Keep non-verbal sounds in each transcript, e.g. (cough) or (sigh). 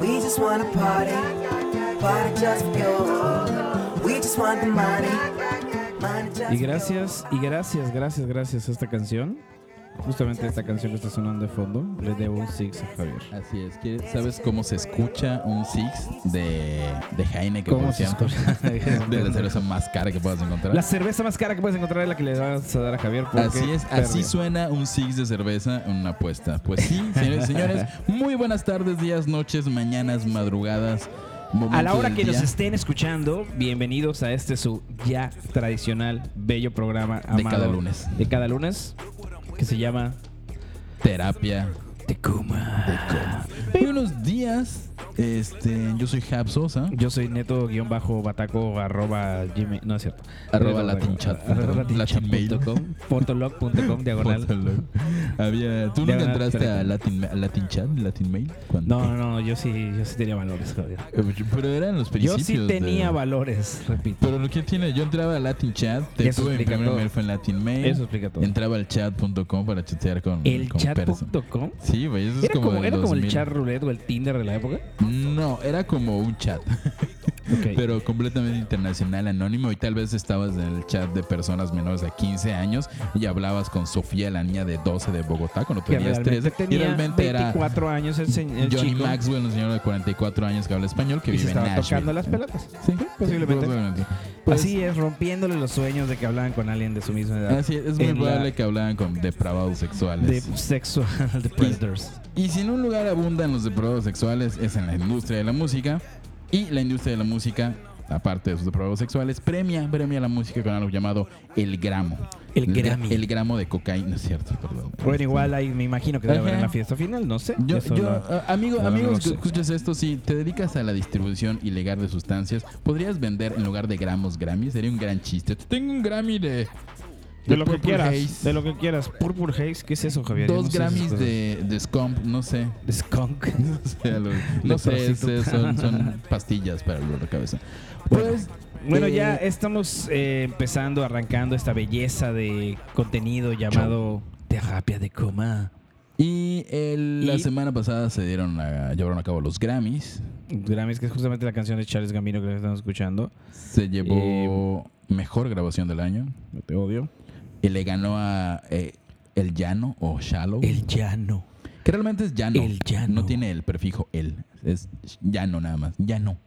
We just wanna party, party just for you. We just want the money, money just Y for gracias, y gracias, gracias, gracias a esta canción. Justamente esta canción que está sonando de fondo, le debo un six a Javier. Así es. ¿Quieres- ¿Sabes cómo se escucha un Six de, de Heineken? ¿Cómo por se cierto? (laughs) escucha? (laughs) de la cerveza más cara que puedas encontrar. La cerveza más cara que puedes encontrar es la que le vas a dar a Javier. porque Así es, así perdió. suena un six de cerveza en una apuesta. Pues sí, señores (laughs) y señores, muy buenas tardes, días, noches, mañanas, madrugadas. A la momentos hora del que nos día. estén escuchando, bienvenidos a este su ya tradicional bello programa De amado cada lunes. De cada lunes que se llama terapia. Tecuma. Muy buenos días. Este, yo soy Hab Sosa. Yo soy neto guión bajo bataco arroba gmail. No es cierto. Arroba Neto, latinchat punto com. Arroba Latinmail. (laughs) latinchat.com. Fotolog.com diagonal. Había, tú Ya nunca van a entraste tener- a Latin, a Latin Chat, Latin Mail. cuando- No, no, no, yo sí, yo sí tenía valores, Javier. Pero eran los Yo principios. sí de- tenía valores, repito. Pero lo que tiene, yo entraba a Latin Chat, te Eso tuve mi explica primer todo. mail fue en Latin Mail. Eso explica todo. Entraba al chat.com para chatear con El con perso- chat.com. Sí, güey, eso es Era como, como, del era como el 2000. chat roulette o el Tinder de la época. No, era como un chat, Ok. pero completamente internacional, anónimo. Y tal vez estabas en el chat de personas menores de 15 años y hablabas con Sofía, la niña de 12 de Bogotá, cuando que tenías realmente 13. y tenía realmente era 24 años el, señ- el Johnny chico Maxwell, un señor de 44 años que habla español, que y se vive en estaba Nashville. tocando las pelotas. Sí, posiblemente. probablemente. Pues- Así es, rompiéndole los sueños de que hablaban con alguien de su misma edad. Así Ah, es, es muy En la- probable que hablaban con depravados De sexuales. (laughs) sexual depredadors. Y si en un lugar abundan los depravados sexuales es en la industria de la música. Y la industria de la música, aparte de sus depravados sexuales, premia, premia la música con algo llamado el gramo. El gra- Grammy. El gramo de cocaína, es cierto, perdón. Bueno, igual ahí me imagino que debe haber Ajá. en la fiesta final, no sé. Yo, Eso yo, lo- ah, amigo, no lo amigos que sé. escuchas esto, si te dedicas a la distribución ilegal de sustancias, ¿podrías vender en lugar de gramos Grammy? Sería un gran chiste. Te Tengo un Grammy de... de lo que Purple quieras. Haze, De lo que quieras. Purple Haze, ¿qué es eso, Javier? Yo dos no sé esas Grammys cosas. de, de Scump, no sé. (laughs) De Skunk. No sé, lo- no sé, prostituta. es- eh, son, son pastillas para el dolor de cabeza. Pues, (laughs) Bueno, eh, ya estamos eh, empezando, arrancando esta belleza de contenido llamado Terapia de Coma. Y, el- la y- semana pasada se dieron a, llevaron a cabo los Grammys. Grammys, que es justamente la canción de Charles Gambino que estamos escuchando. Se llevó Eh, mejor grabación del año. Te odio. Y le ganó a eh, El Llano o Shallow. El llano. que realmente es Llano. El Llano. No tiene el prefijo El. Es Llano nada más. Llano.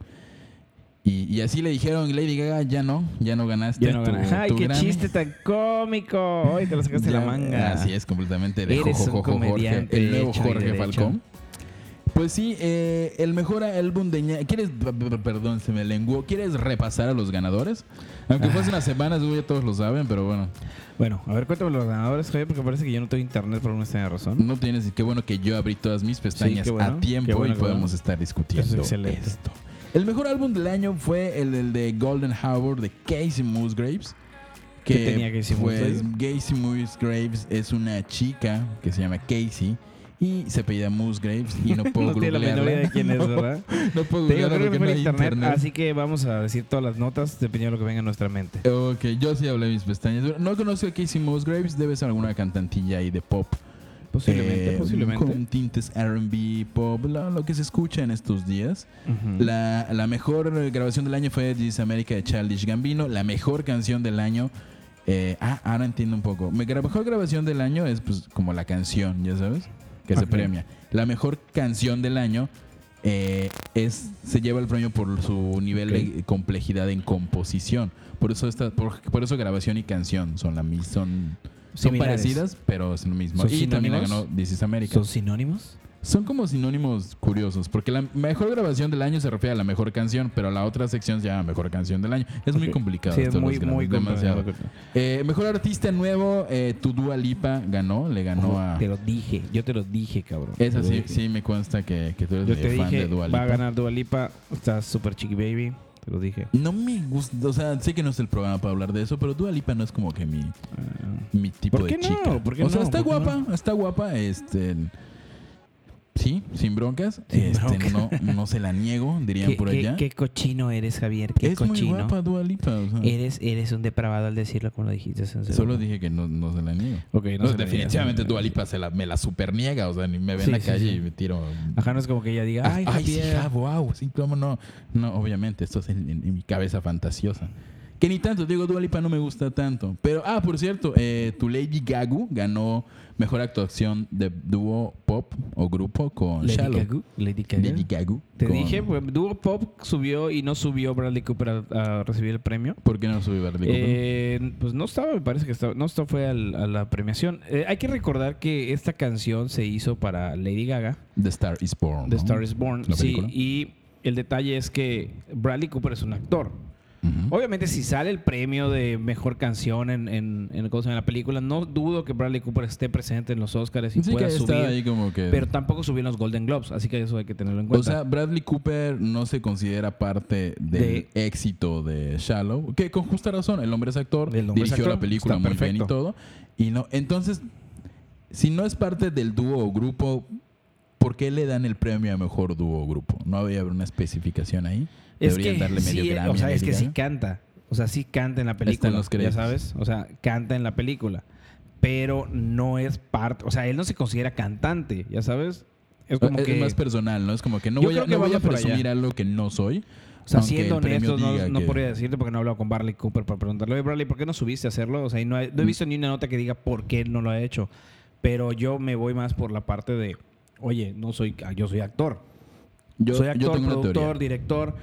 Y, y así le dijeron Lady Gaga, ya no, ya no ganaste. Ya no tu- gana. ¡Ay, tu qué Grammy". chiste tan cómico! Hoy te lo sacaste de la Ya, manga. Así es, completamente. De Eres un Jorge, comediante el nuevo hecho y Jorge derecho. Falcón. Pues sí, eh, el mejor álbum de Ña- ¿Quieres, p- p- perdón, se me lenguó, ¿quieres repasar a los ganadores? Aunque fue hace unas semanas, güey, ya todos lo saben, pero bueno, Bueno, a ver, cuéntame los ganadores, Javier, porque parece que yo no tengo internet por una extraña razón. no tienes, qué bueno que yo abrí todas mis pestañas qué bueno, a qué tiempo bueno, y qué podemos bueno. estar Eso discutiendo es excelente. esto. El mejor álbum del año fue el, el de Golden Harbor de Casey Musgraves. ¿Qué tenía Casey pues, Musgraves? Casey Musgraves es una chica que se llama Casey y se apellida Musgraves y (laughs) no puedo No tiene la menor idea de quién es, (laughs) No, ¿verdad? no puedo Te digo, googlearla creo que porque no fue el hay internet, internet. así que vamos a decir todas las notas dependiendo de lo que venga en nuestra mente. Ok, yo sí hablé mis pestañas. No conozco a Casey Musgraves, debe ser alguna cantantilla ahí de pop. Posiblemente, Eh, posiblemente. Con tintes R&B, pop, lo- lo que se escucha en estos días. Ujú. La, la mejor eh, grabación del año fue This is America de Childish Gambino. La mejor canción del año. eh, ah, ahora entiendo un poco. Me- La mejor grabación del año es pues como la canción, ya sabes, que se Ok. premia. La mejor canción del año eh, es se lleva el premio por su nivel de complejidad en composición. Por eso esta, por, por eso grabación y canción son la mis- son, son Similares. parecidas, pero es lo mismo. ¿Son Y también la sinónimos? ganó This is America. ¿Son sinónimos? Son como sinónimos curiosos, porque la mejor grabación del año se refiere a la mejor canción, pero la otra sección se llama mejor canción del año. Es muy Ok. complicado. Sí, es esto de los muy, Grammys, muy demasiado. complicado. Eh, mejor artista nuevo, eh, Tudua Lipa ganó, le ganó a... Te lo dije, yo te lo dije, cabrón. Te Esa lo sí, dije. sí me consta que, que tú eres Yo medio te fan dije, de Dua va a Lipa. ganar Dualipa. Está super chiqui baby. Te lo dije. No me gusta, o sea, sé que no es el programa para hablar de eso, pero Dua Lipa no es como que mi, mi tipo ¿Por qué no? de chica. ¿Por qué o sea, no? está ¿Por qué guapa, está guapa, este... Sí, sin broncas. Sin este, bronca. No, no se la niego, dirían ¿Qué, por qué- allá. qué cochino eres, Javier? Qué es cochino. muy guapa Dua Lipa, o sea, Eres, eres un depravado al decirlo como lo dijiste. hace un solo segundo. dije que no, no se la niego. Ok, No, se le- definitivamente se le- Dua Lipa se la, me la superniega, o sea, ni me ve Sí, en la sí, calle sí. y me tiro. Ajá, no es como que ella diga, ay, Ay, sí, Javier. ah, wow, sí, cómo no. No, obviamente, esto es en, en- en mi cabeza fantasiosa. Que ni tanto, digo, Dua Lipa no me gusta tanto. Pero, ah, por cierto, eh, tu Lady Gagu ganó mejor actuación de dúo pop o grupo con Lady Shallow. Gaga. Lady Gaga. Lady Gagu. Te con- dije, pues, Duo Pop subió y no subió Bradley Cooper a, a recibir el premio. ¿Por qué no subí Bradley Cooper? Eh, pues no estaba, me parece que estaba, no estaba, fue al- a la premiación. Eh, hay que recordar que esta canción se hizo para Lady Gaga, The Star is Born. The ¿no? Star is Born. La Sí, película. y el detalle es que Bradley Cooper es un actor. Ujú. Obviamente, si sale el premio de mejor canción en, en, en, ¿cómo se llama? la película, no dudo que Bradley Cooper esté presente en los Oscars y Sí, que pueda está subir. ahí como que. Pero tampoco subió en los Golden Globes, así que eso hay que tenerlo en o cuenta. sea, Bradley Cooper no se considera parte del éxito de Shallow, que con justa razón, el hombre es actor, El hombre es dirigió actor, la película está muy bien perfecto. y todo. Y no, entonces, si no es parte del dúo o grupo, ¿por qué le dan el premio a mejor dúo o grupo? ¿No había una especificación ahí? Es Deberían que darle medio sí, Grammy o a sea, es Lady que sí Gaga. canta. O sea, sí canta en la película. en los ya créditos. sabes. O sea, canta en la película. Pero no es parte. O sea, él no se considera cantante, ya sabes. Es como Eh, Ah, es que. más personal, ¿no? Es como que no Yo voy, a, creo que no voy vaya a por allá. presumir algo que no soy. o sea, aunque siendo el premio honestos, no, diga no que- podría decirte porque no he hablado con Barley Cooper para preguntarle, oye, Bradley, ¿por qué no subiste a hacerlo? O sea, y no he, Mm. no he visto ni una nota que diga por qué él no lo ha hecho. Pero yo me voy más por la parte de, oye, no soy, yo soy actor. Yo, soy yo actor, tengo una teoría. productor, director.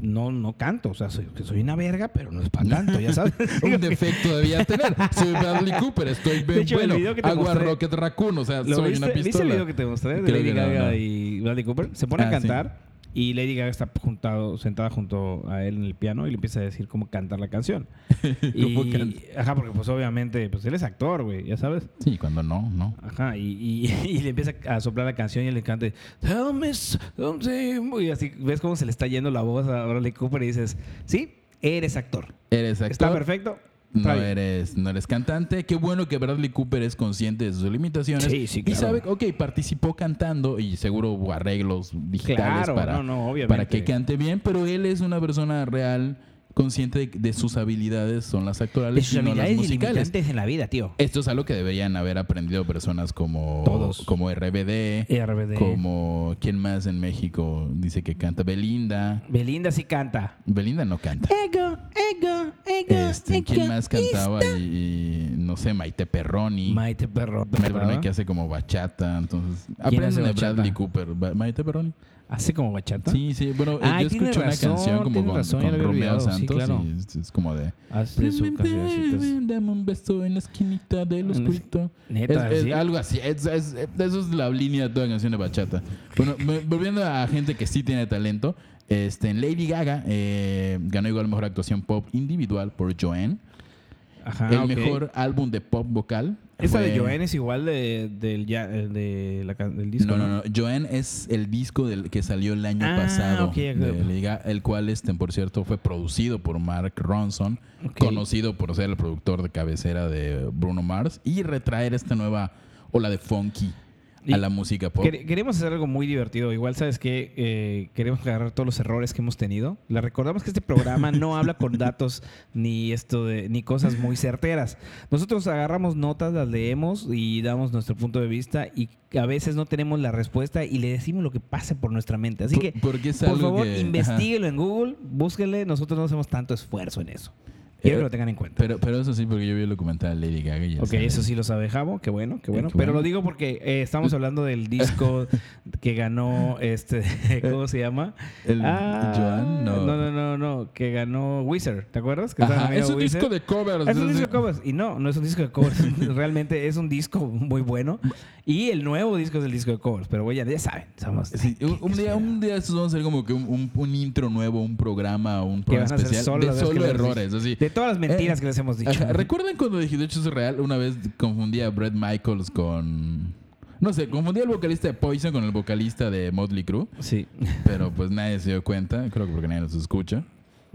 No, no canto. O sea, soy, que soy una verga, pero no es para tanto, ya (laughs) sabes. un defecto debía tener. Soy Bradley Cooper, estoy bien De hecho, el bueno. video que te Hago mostré- a Rocket Raccoon, o sea, (laughs) ¿Lo soy viste? una ¿Viste el pistola. video que te mostré de Creo Lady que no, Gaga no. y Bradley Cooper? Se pone a Ah, cantar y Lady Gaga está juntado, sentada junto a él en el piano y le empieza a decir cómo cantar la canción. (laughs) ¿Cómo y, canta? Ajá, porque pues obviamente, pues él es actor, güey, ya sabes. Sí, cuando no, no. Ajá, y, y- (laughs) y le empieza a soplar la canción y le canta Tell me something. Y así ves cómo se le está yendo la voz a Bradley Cooper y dices, sí, eres actor. Eres actor. Está perfecto. No Está bien". eres, no eres cantante. Qué bueno que Bradley Cooper es consciente de sus limitaciones. Sí, sí, Y claro. sabe, ok, participó cantando y seguro hubo arreglos digitales Claro, para, no, no, obviamente. para que cante bien, pero él es una persona real, consciente de, de sus habilidades, son las De actorales sus y no las habilidades musicales. limitantes en la vida, tío. Esto es algo que deberían haber aprendido personas como, Todos. como RBD, RBD. como quién más en México dice que canta Belinda. Belinda sí canta. Belinda no canta. Ego, ego, ego. Este, ¿quién más cantaba? Y, y, no sé, Maite Perroni. Maite Perro. Maite Perroni ¿verdad? que hace como bachata, entonces ¿Quién hace aprendan de bachata? Bradley Cooper, Ba- Maite Perroni. ¿Hace como bachata? Sí, sí, bueno, eh, Ay, yo tienes escuché una razón, canción como tienes con, razón, ya con lo había Romeo olvidado, Santos sí, claro. y es, es como de Hace sus cancioncitas. Dame un beso en la esquinita del En la- oscurito. Neta, Es- es ¿sí? Algo así. Es, es- es- eso es la línea de toda canción de bachata. Bueno, me- volviendo a gente que sí tiene talento. Este, en Lady Gaga eh, ganó igual mejor actuación pop individual por Joanne. Ajá, el Ah, ok. mejor álbum de pop vocal. Esa de fue- Joanne es igual de, del, ya- eh, de la can- del disco. No, no, no. Joanne es el disco del que salió el año Ah, pasado. ok, ya de creo. Lady Gaga, el cual, este, por cierto, fue producido por Mark Ronson, Ok. conocido por ser el productor de cabecera de Bruno Mars, y retraer esta nueva ola de funky Y a la música pop. Quere- Queremos hacer algo muy divertido. Igual, ¿sabes qué? Eh, queremos agarrar todos los errores que hemos tenido. Les recordamos que este programa no habla (laughs) con datos ni esto de, ni cosas muy certeras. Nosotros agarramos notas, las leemos y damos nuestro punto de vista y a veces no tenemos la respuesta y le decimos lo que pase por nuestra mente. Así Por- que, porque es por algo favor, que- ajá. investiguelo en Google, búsquenle. Nosotros no hacemos tanto esfuerzo en eso. Quiero Eh, que lo tengan en cuenta. Pero, pero eso sí, porque yo vi el documental de Lady Gaga. y ya Ok, saben. eso sí lo sabe Javo, qué bueno, qué bueno. qué Pero bueno. lo digo porque eh, estamos hablando del (laughs) disco que ganó este, (laughs) ¿cómo se llama? Ah, El Joan, no. no, no, no, no, que ganó Wizard, ¿te acuerdas? Que Ajá, estaba nominado es un Wizard. disco de covers. ¿eh? Es un disco de entonces- covers. Y no, no es un disco de covers. (laughs) Realmente es un disco muy bueno. Y el nuevo disco es el disco de covers. Pero bueno, ya, ya saben, somos. Sí, un, un día, un día estos vamos a hacer como que un, un- un intro nuevo, un programa, un que programa van a hacer especial solo, las de veces que solo les- errores. Así. Eh, De todas las mentiras que les hemos dicho. Ajá, ¿Recuerdan cuando dije, de hecho es real, una vez confundí a Brett Michaels con... No sé, confundí al vocalista de Poison con el vocalista de Motley Crue, Sí, pero pues nadie se dio cuenta, creo que porque nadie los escucha.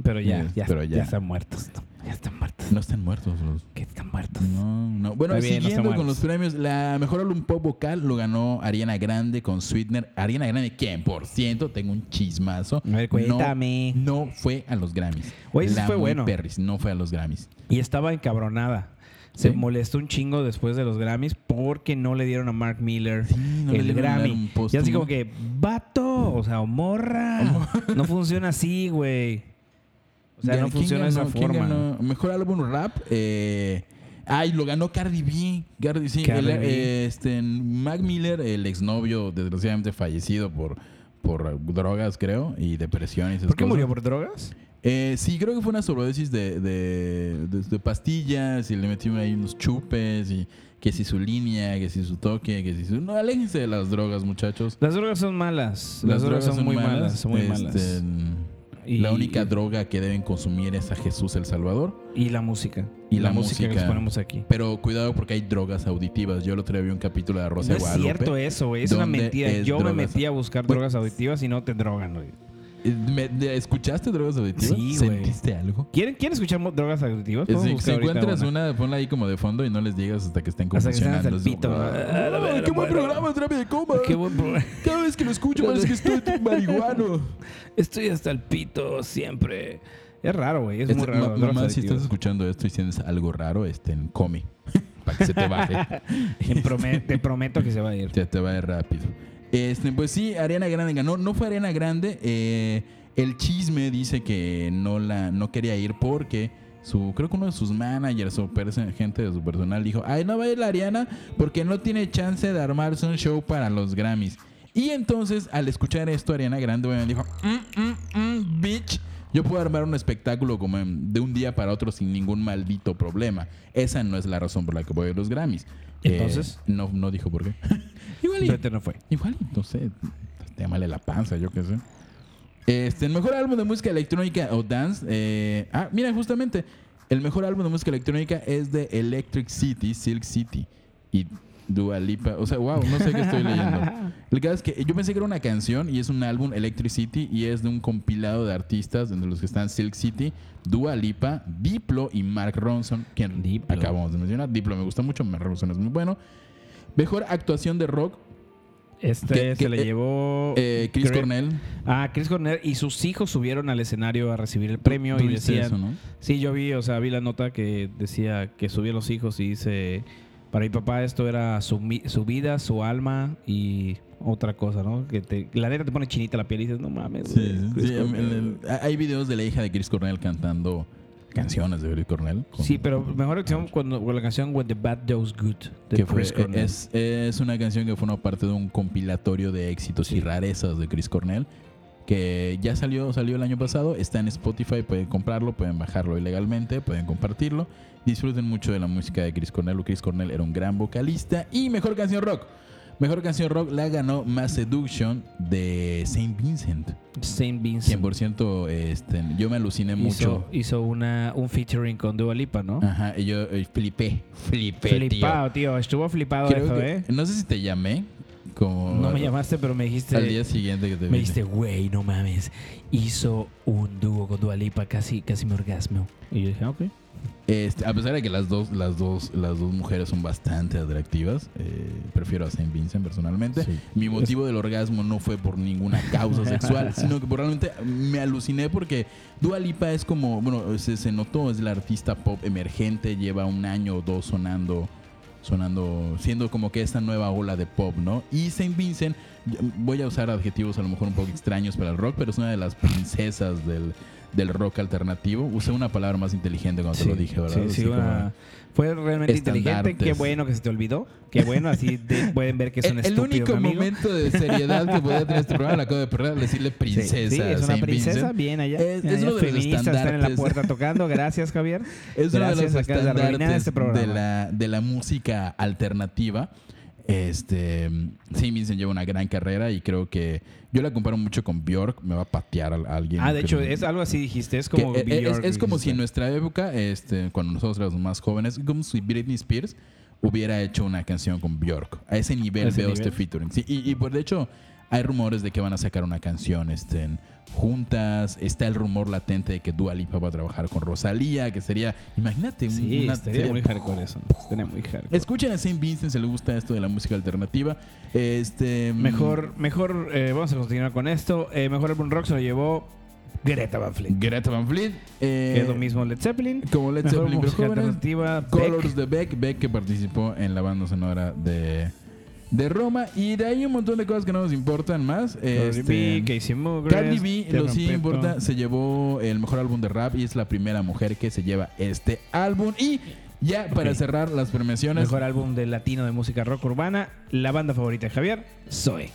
pero ya, ya, Pero ya. ya. están muertos. ¿no? Ya están muertos. No están muertos los... Que están muertos. No, no. Bueno, Está bien, no siguiendo está mal. con los premios, la mejor álbum pop vocal lo ganó Ariana Grande con Sweetener. Ariana Grande, ¿quién? Por ciento, tengo un chismazo. A ver, cuéntame. No, no fue a los Grammys. Oye, eso La fue Muy bueno. Perris no fue a los Grammys. Y estaba encabronada. Se Sí. molestó un chingo después de los Grammys porque no le dieron a Mark Miller Sí, no le el dieron un álbum Grammy. Y así póstumo. como que, vato, o sea, o morra. no funciona así, güey. O sea, Ya, no ¿quién funciona de esa ganó? ¿Quién forma. ganó? Mejor álbum rap. Eh, ay, lo ganó Cardi B. Cardi, sí, Cardi el, B. eh, este, Mac Miller, el exnovio, desgraciadamente fallecido por, por drogas, creo, y depresión y esas ¿Por qué cosas. murió por drogas? Eh, sí, creo que fue una sobredosis de, de- de- de pastillas y le metieron ahí unos chupes y que si su línea, que si su toque, que si su... No, aléjense de las drogas, muchachos. Las drogas son malas. Las, drogas, son, muy malas. son muy Este, malas. Y- La única droga que deben consumir es a Jesús el Salvador. Y la música. Y la que música. les ponemos aquí. Pero cuidado porque hay drogas auditivas. Yo el otro día vi un capítulo de Rosa No de es Guadalupe. cierto eh. eso, güey. Es una donde mentira. es Yo me drogas- metí a buscar Güey. drogas auditivas y no te drogan, güey. Eh, ¿me- de- ¿Escuchaste drogas auditivas? Sí, güey. ¿Sentiste algo? ¿Quieren, ¿Quieren escuchar mo- drogas auditivas? Eh, Podemos Si, buscar si ahorita encuentras una, ponla ahí como de fondo y no les digas hasta que estén Hasta que estén hasta convulsionando. el pito. Ah, la ¡Ay, verga, ¡Qué buen bueno. programa, Trape de Coma! Qué buen programa. Cada vez que lo escucho parece que estoy marihuano. (laughs) Estoy hasta el pito siempre. Es raro, güey. Es Este, muy ma- raro. drogas mamá, si adictivas. estás escuchando esto y sientes algo raro, este, come. Para que se te baje. Te (laughs) prome- te prometo que se va a ir. Ya te va de rápido. Este, pues sí, Ariana Grande ganó. No fue Ariana Grande. eh, el chisme dice que no la no quería ir porque su creo que uno de sus managers o perso- gente de su personal dijo, "Ay, no va a ir la Ariana porque no tiene chance de armarse un show para los Grammys." Y entonces, al escuchar esto, Ariana Grande obviamente dijo, "Mm, mm, mm, bitch, yo puedo armar un espectáculo como en- de un día para otro sin ningún maldito problema. Esa no es la razón por la que voy a los Grammys." Eh, Entonces. no, no dijo por qué. Igual y- Suerte este no fue. Igual, no sé, te amale la panza, yo qué sé. Este, el mejor álbum de música electrónica o dance. eh, ah, mira, justamente, el mejor álbum de música electrónica es de Electric City, Silk City y Dua Lipa. O sea, wow, no sé qué estoy leyendo. El caso es que yo pensé que era una canción y es un álbum Electric City y es de un compilado de artistas, entre los que están Silk City, Dua Lipa, Diplo y Mark Ronson, quien Diplo. acabamos de mencionar. Diplo me gusta mucho, Mark Ronson es muy bueno. Mejor actuación de rock Este se ¿Qué- qué- le eh, llevó. eh, Chris Cre- Cornell. Ah, Chris Cornell y sus hijos subieron al escenario a recibir el premio Tú y viste decían. eso, ¿no? Sí, yo vi, o sea, vi la nota que decía que subían los hijos y dice. Para mi papá esto era su, mi- su vida, su alma y otra cosa, ¿no? Que te, la neta te pone chinita la piel y dices, no mames. güey, Sí, sí, Chris sí, Cornell". el- el- hay videos de la hija de Chris Cornell cantando canciones de Chris Cornell. con- Sí, pero mejor acción cuando con la canción When the Bad Goes Good de que fue, eh, Chris Cornell. es, es una canción que forma parte de un compilatorio de éxitos y rarezas de Chris Cornell que ya salió salió el año pasado, está en Spotify, pueden comprarlo, pueden bajarlo ilegalmente, pueden compartirlo. Disfruten mucho de la música de Chris Cornell. Chris Cornell era un gran vocalista y mejor canción rock. Mejor canción rock la ganó Mass Seduction de Saint Vincent. Saint Quien Vincent por cierto, este, yo me aluciné mucho. hizo, hizo una, un featuring con Dua Lipa, ¿no? Ajá, y yo eh, flipé, flipé, tío. flipado, tío. Estuvo flipado Creo eso, que- ¿eh? No sé si te llamé. Como No me llamaste, pero me dijiste... Al día siguiente que te Me vi. dijiste, güey, no mames. Hizo un dúo con Dua Lipa, casi, casi me orgasmo. Y yo dije, "Ah, ok. Este, a pesar de que las dos, las dos, las dos mujeres son bastante atractivas, eh, prefiero a Saint Vincent personalmente. Sí. Mi motivo del orgasmo no fue por ninguna causa (laughs) sexual, sino que por realmente me aluciné porque Dua Lipa es como, bueno, se, se notó, es la artista pop emergente, lleva un año o dos sonando, sonando, siendo como que esta nueva ola de pop, ¿no? Y Saint Vincent, voy a usar adjetivos a lo mejor un poco extraños para el rock, pero es una de las princesas del, del rock alternativo. Usé una palabra más inteligente cuando te lo dije, ¿verdad? sí, sí, Así como- una- Fue realmente inteligente. Qué Estandartes. bueno que se te olvidó. Qué bueno, así de- pueden ver que es un "Eh, el, el estúpido. único mi amigo. momento de seriedad que podía tener este programa, la acabo de perder, decirle Sí, princesa. Sí, es una Saint princesa, Vincent. bien allá. Es- Bien es allá, uno de los feministas están en la estandartes. puerta tocando. Gracias, Javier. Es uno de los Gracias, acabas de arruinar estandartes este programa. de la, de la música alternativa. Este, Saint Vincent lleva una gran carrera y creo que yo la comparo mucho con Bjork, me va a patear a, a alguien. Ah, de hecho, pero- es algo así dijiste. Es que como. e- e- es, Bjork, es como si dijiste. en nuestra época, este, cuando nosotros éramos más jóvenes, como si Britney Spears hubiera hecho una canción con Bjork. A ese nivel ¿A ese veo nivel? este featuring. Sí, y, y por de hecho, Hay rumores de que van a sacar una canción este, en- juntas. Está el rumor latente de que Dua Lipa va a trabajar con Rosalía, que sería, imagínate, un- Sí, una- estaría sería- muy hardcore eso. Estaría muy hardcore. Escuchen a Saint Vincent, se le gusta esto de la música alternativa. Este mm, Mejor, mejor, eh, vamos a continuar con esto. Eh, mejor álbum rock se lo llevó Greta Van Fleet. Greta Van Fleet. eh, que es lo mismo Led Zeppelin. Como Led Mejor Zeppelin, pero música jóvenes. alternativa. Colors Colors. de Beck, Beck que participó en la banda sonora de, de Roma. Y de ahí un montón de cosas que no nos importan más. Este, B, Casey Mugres. Cardi B, lo Terran sí Pepper. importa, se llevó el mejor álbum de rap y es la primera mujer que se lleva este álbum. Y ya para Ok. cerrar las premiaciones, Mejor álbum de latino de música rock urbana. La banda favorita de Javier, Zoe.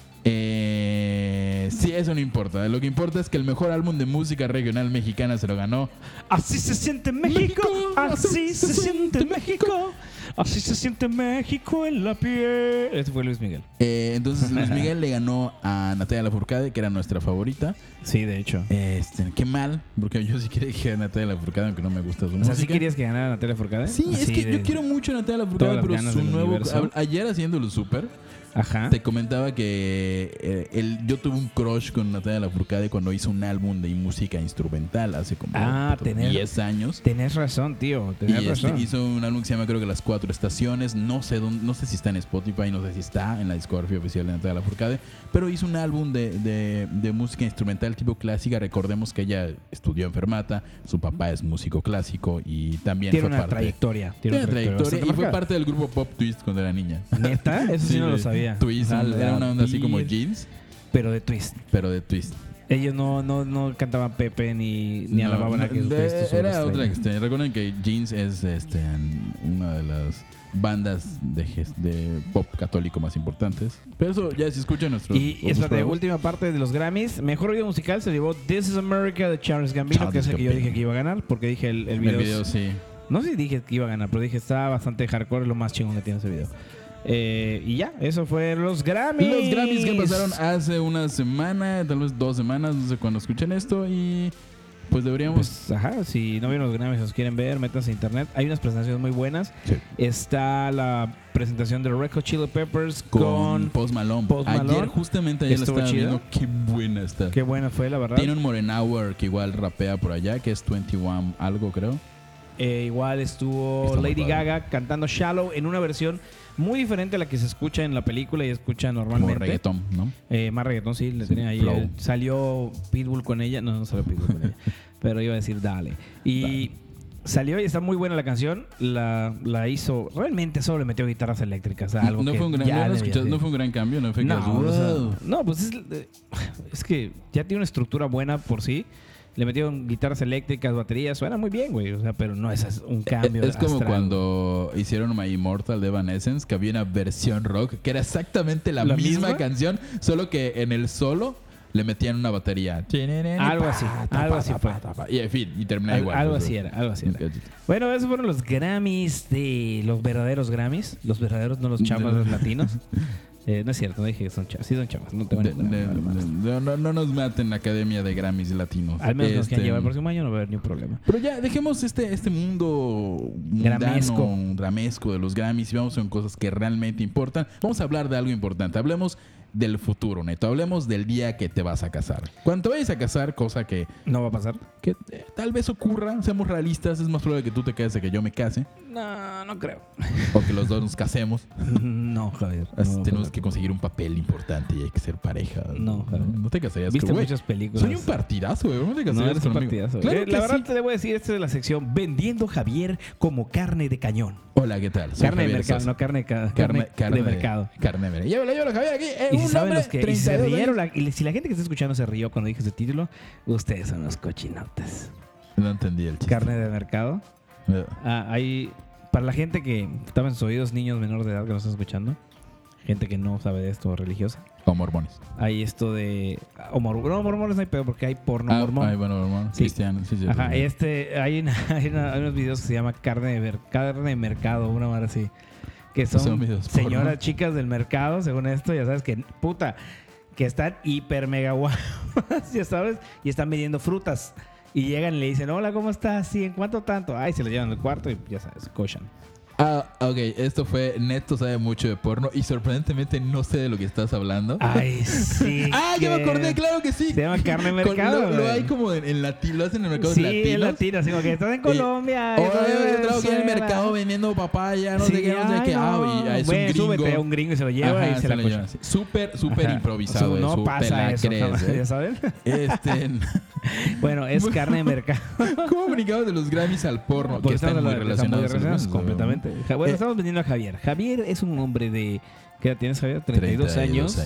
eh, sí, eso no importa. Lo que importa es que el mejor álbum de música regional mexicana se lo ganó. Así se siente México, así se siente México, así se siente México en la piel. Este fue Luis Miguel. Eh, (laughs) entonces Luis Miguel le ganó a Natalia Lafourcade, que era nuestra favorita. Sí, de hecho. Este, qué mal, porque yo sí quería que ganara Natalia Lafourcade, aunque no me gusta su O música. sea, ¿sí querías que ganara Natalia Forcade? Sí, es que yo quiero mucho a Natalia Lafourcade, Todas las pero ganas su del nuevo... universo. Ah. a- Ayer haciéndolo súper, Ajá. te comentaba que eh, el- yo tuve un crush con Natalia Lafourcade cuando hizo un álbum de música instrumental hace como Ah, puta, tener- 10 años. Tenés razón, tío. Tenés Y este, razón. hizo un álbum que se llama creo que Las Cuatro Estaciones. No sé dónde, no sé si está en Spotify, no sé si está en la discografía oficial de Natalia Lafourcade, pero hizo un álbum de, de- de música instrumental tipo clásica. Recordemos que ella estudió en Fermata, su papá es músico clásico y también Tiene fue una parte. trayectoria. tiene una trayectoria y bastante fue marcada. parte del grupo Pop Twist cuando era niña. ¿Neta? Eso sí, no lo de sabía. Twist, A era la una onda así como vir- jeans, Pero de twist. pero de Twist. Ellos no, no, no cantaban Pepe ni, ni No, alababan a no, que de- Jesucristo es una Era otra estrella. extraña. Recuerden que Jeans es este, en una de las bandas de, ges- de pop católico más importantes. Pero eso ya si escuchan nuestro. Y esa de nuestro- última parte de los Grammys, mejor video musical se llevó This is America de Charles Gambino, Charles que es el que yo Gambino. dije que iba a ganar, porque dije el, el el video. video, es- sí. no sé si dije que iba a ganar, pero dije está bastante hardcore, es lo más chingón que tiene ese video. Eh, y ya, eso fue los Grammys. Los Grammys que pasaron hace una semana, tal vez dos semanas, no sé cuándo escuchen esto. Y pues deberíamos. Pues, ajá, si no vieron los Grammys, los quieren ver, métanse a internet. Hay unas presentaciones muy buenas. Sí. Está la presentación de Red Hot Chili Peppers con Pues, con... Post Malone. Post Malone. Ayer, justamente ayer la Estuvo estaba chida. viendo. Qué buena está. Qué buena fue, la verdad. Tiene un Moren Hour que igual rapea por allá, que es 21 algo, creo. Eh, igual estuvo Está muy Lady padre. Gaga cantando Shallow en una versión muy diferente a la que se escucha en la película y escucha Como normalmente. reggaetón, ¿no? Eh, más reggaetón, sí, le Sí, tenía ahí. flow. eh, salió Pitbull con ella. No, no salió Pitbull con ella. (laughs) Pero iba a decir dale. Y Dale. salió y está muy buena la canción. La, la hizo. Realmente solo le metió guitarras eléctricas. a Algo no, que fue un gran, ya no lo debía escuchas, hacer. no fue un gran cambio, no fue que digas, No, o sea, "Wow". no, pues es, es que ya tiene una estructura buena por sí. Le metieron guitarras eléctricas, baterías, suena muy bien, güey. O sea, pero no es as- un cambio. Eh, Es como astral. cuando hicieron My Immortal de Evanescence, que había una versión rock que era exactamente la, ¿La misma, misma? canción, solo que en el solo le metían una batería. Algo así, algo así fue. Y en fin, y terminaba Al- igual. pues, algo Eso. así era, algo así era. Ok. Bueno, esos fueron los Grammys de los verdaderos Grammys. Los verdaderos, no los chamas los (laughs) latinos. Eh, no es cierto, no dije que son chamas. Sí son chamas, no te van a De- de- de- no, no nos maten la Academia de Grammys Latinos. Al menos nos Este, quieren llevar el próximo año, no va a haber ni un problema. Pero ya, dejemos este, este mundo Gramesco. mundano, gramesco de los Grammys y vamos en cosas que realmente importan. Vamos a hablar de algo importante. Hablemos del futuro, Neto. Hablemos del día que te vas a casar. Cuando te vayas a casar, cosa que, No va a pasar. que, eh, tal vez ocurra, seamos realistas, es más probable que tú te cases que yo me case No, no creo. o que los dos nos casemos. (laughs) no, Javier. no Así va a tenemos pasar. que conseguir un papel importante y hay que ser pareja. No, Javier. no te casarías Viste con güey. muchas películas. Soy un partidazo, güey. ¿Cómo te No, casarías eres un conmigo? partidazo. Claro Eh, que la verdad sí. te debo decir, esta es la sección Vendiendo Javier como carne de cañón. Hola, ¿qué tal? Soy carne de Javier mercado, Sosa. no carne, de ca- Carne, carne, de mercado. Carne de mercado. Llévalo, llévalo, Javier, aquí. eh, Y si un saben hombre, los que y si se 32 rieron, la- y le- si la gente que está escuchando se rió cuando dije ese título, ustedes son los cochinotes. años. No entendí el chiste. Carne de mercado. Eh, Ah, hay, para la gente que estaba en sus oídos, niños menores de edad que nos están escuchando, gente que no sabe de esto, religiosa, O mormones. hay esto de... ah, o mormo- no, mormones no hay pedo porque hay porno ah, mormón. ay, bueno, mormón. Sí. Cristiano. Sí, sí, Ajá, sí. este, hay, una- (laughs) hay, una- hay unos videos que se llama carne de, Mer- carne de mercado, una madre así. Que son, Son videos porno. señoras chicas del mercado, según esto, ya sabes que, puta, que están hiper mega guapas, (laughs) ya sabes, y están vendiendo frutas. Y llegan y le dicen, hola, ¿cómo estás? Sí, ¿en cuánto tanto? Ay, se lo llevan al cuarto y ya sabes, cochan. Ah, ok, esto fue Neto sabe mucho de porno y sorprendentemente no sé de lo que estás hablando. Ay, (laughs) sí. (laughs) Ah, ya me que- acordé, claro que sí. Se llama Carne Con- Mercado. Lo, lo güey. hay como en, en lati- lo hacen en mercados Sí, latinos. Eh, es latino, así como que estás en Colombia. Ahora estás en yo trabajo aquí en el Venezuela. mercado vendiendo papaya, no sé Sí, qué, no sé ay, qué. Ah, no. y- ah, es Güey, un gringo. súbete a un gringo y se lo lleva Ajá, y se, se la lo cocha. lleva así. Súper, súper Ajá. improvisado. O sea, eso, no te pasa la eso, crees, jamás, ¿eh? (laughs) ya sabes. (laughs) Este, Bueno, es (laughs) carne de mercado. ¿Cómo brincamos de los Grammys al porno? Porque que están muy hablando de- están muy relacionados. relacionados, completamente. Ja- Bueno, Eh, estamos vendiendo a Javier. Javier es un hombre de... ¿Qué edad tienes, Javier? 32, años,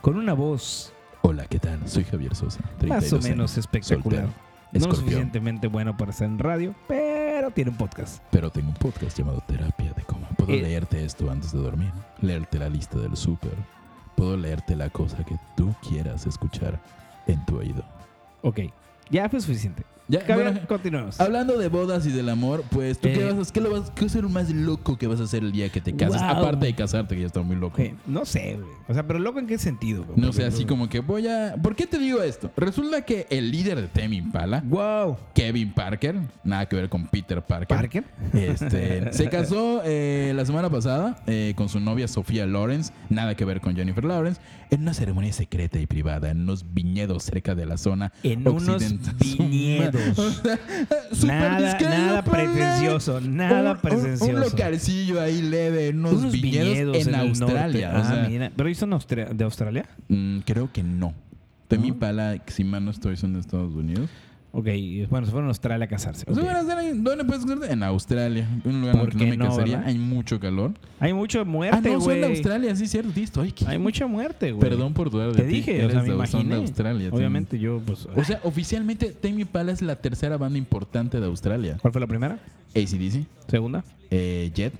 Con una voz Hola, ¿qué tal? Soy Javier Sosa. 32 más o menos años, espectacular. soltero, No lo escorpión. suficientemente bueno para estar en radio, pero tiene un podcast. Pero tengo un podcast llamado Terapia de Coma. Puedo Eh. leerte esto antes de dormir. Leerte la lista del súper. Puedo leerte la cosa que tú quieras escuchar en tu oído. Ok, ya fue suficiente. Ya, Javier, bueno, eh, continuamos. hablando de bodas y del amor, pues tú qué Eh. vas a, qué lo vas, qué es lo más loco que vas a hacer el día que te casas, Wow. aparte de casarte que ya está muy loco. Ok, No sé, güey. O sea, pero loco en qué sentido, güey? No sé, así como que voy a. ¿Por qué te digo esto? Resulta que el líder de Tame Impala, Wow. Kevin Parker, nada que ver con Peter Parker. ¿Parker? Este, se casó eh, la semana pasada eh, con su novia Sofía Lawrence, nada que ver con Jennifer Lawrence, en una ceremonia secreta y privada en unos viñedos cerca de la zona. En unos occidental. (laughs) viñedos. Súper nada, discreto, nada pero, eh, pretencioso, un- nada un- pretencioso. Un, localcillo ahí leve, en unos, Unos viñedos, en, el norte. Australia. o Ah, sea, mira. ¿Pero ellos son austra- de Australia? mm, creo que no. Temi Impala, si mal no estoy, son de Estados Unidos. Ok, bueno, se fueron a Australia a casarse. O sea, ok. van a hacer ahí- ¿Dónde puedes casarte? En Australia. Un lugar en el ¿Por que no qué me no, casaría. verdad? Hay mucho calor. Hay mucha Ah, muerte, no, son güey. de Australia, sí, cierto. Listo, ay, qué- Hay mucha muerte, güey. Perdón por dudar de Te ti. dije, o Eres sea, me de- son de imaginé. Australia. Tim. Obviamente yo, pues... O sea, oficialmente Tame Impala es la tercera banda importante de Australia. ¿Cuál fue la primera? ACDC, ¿Segunda? eh, Jet,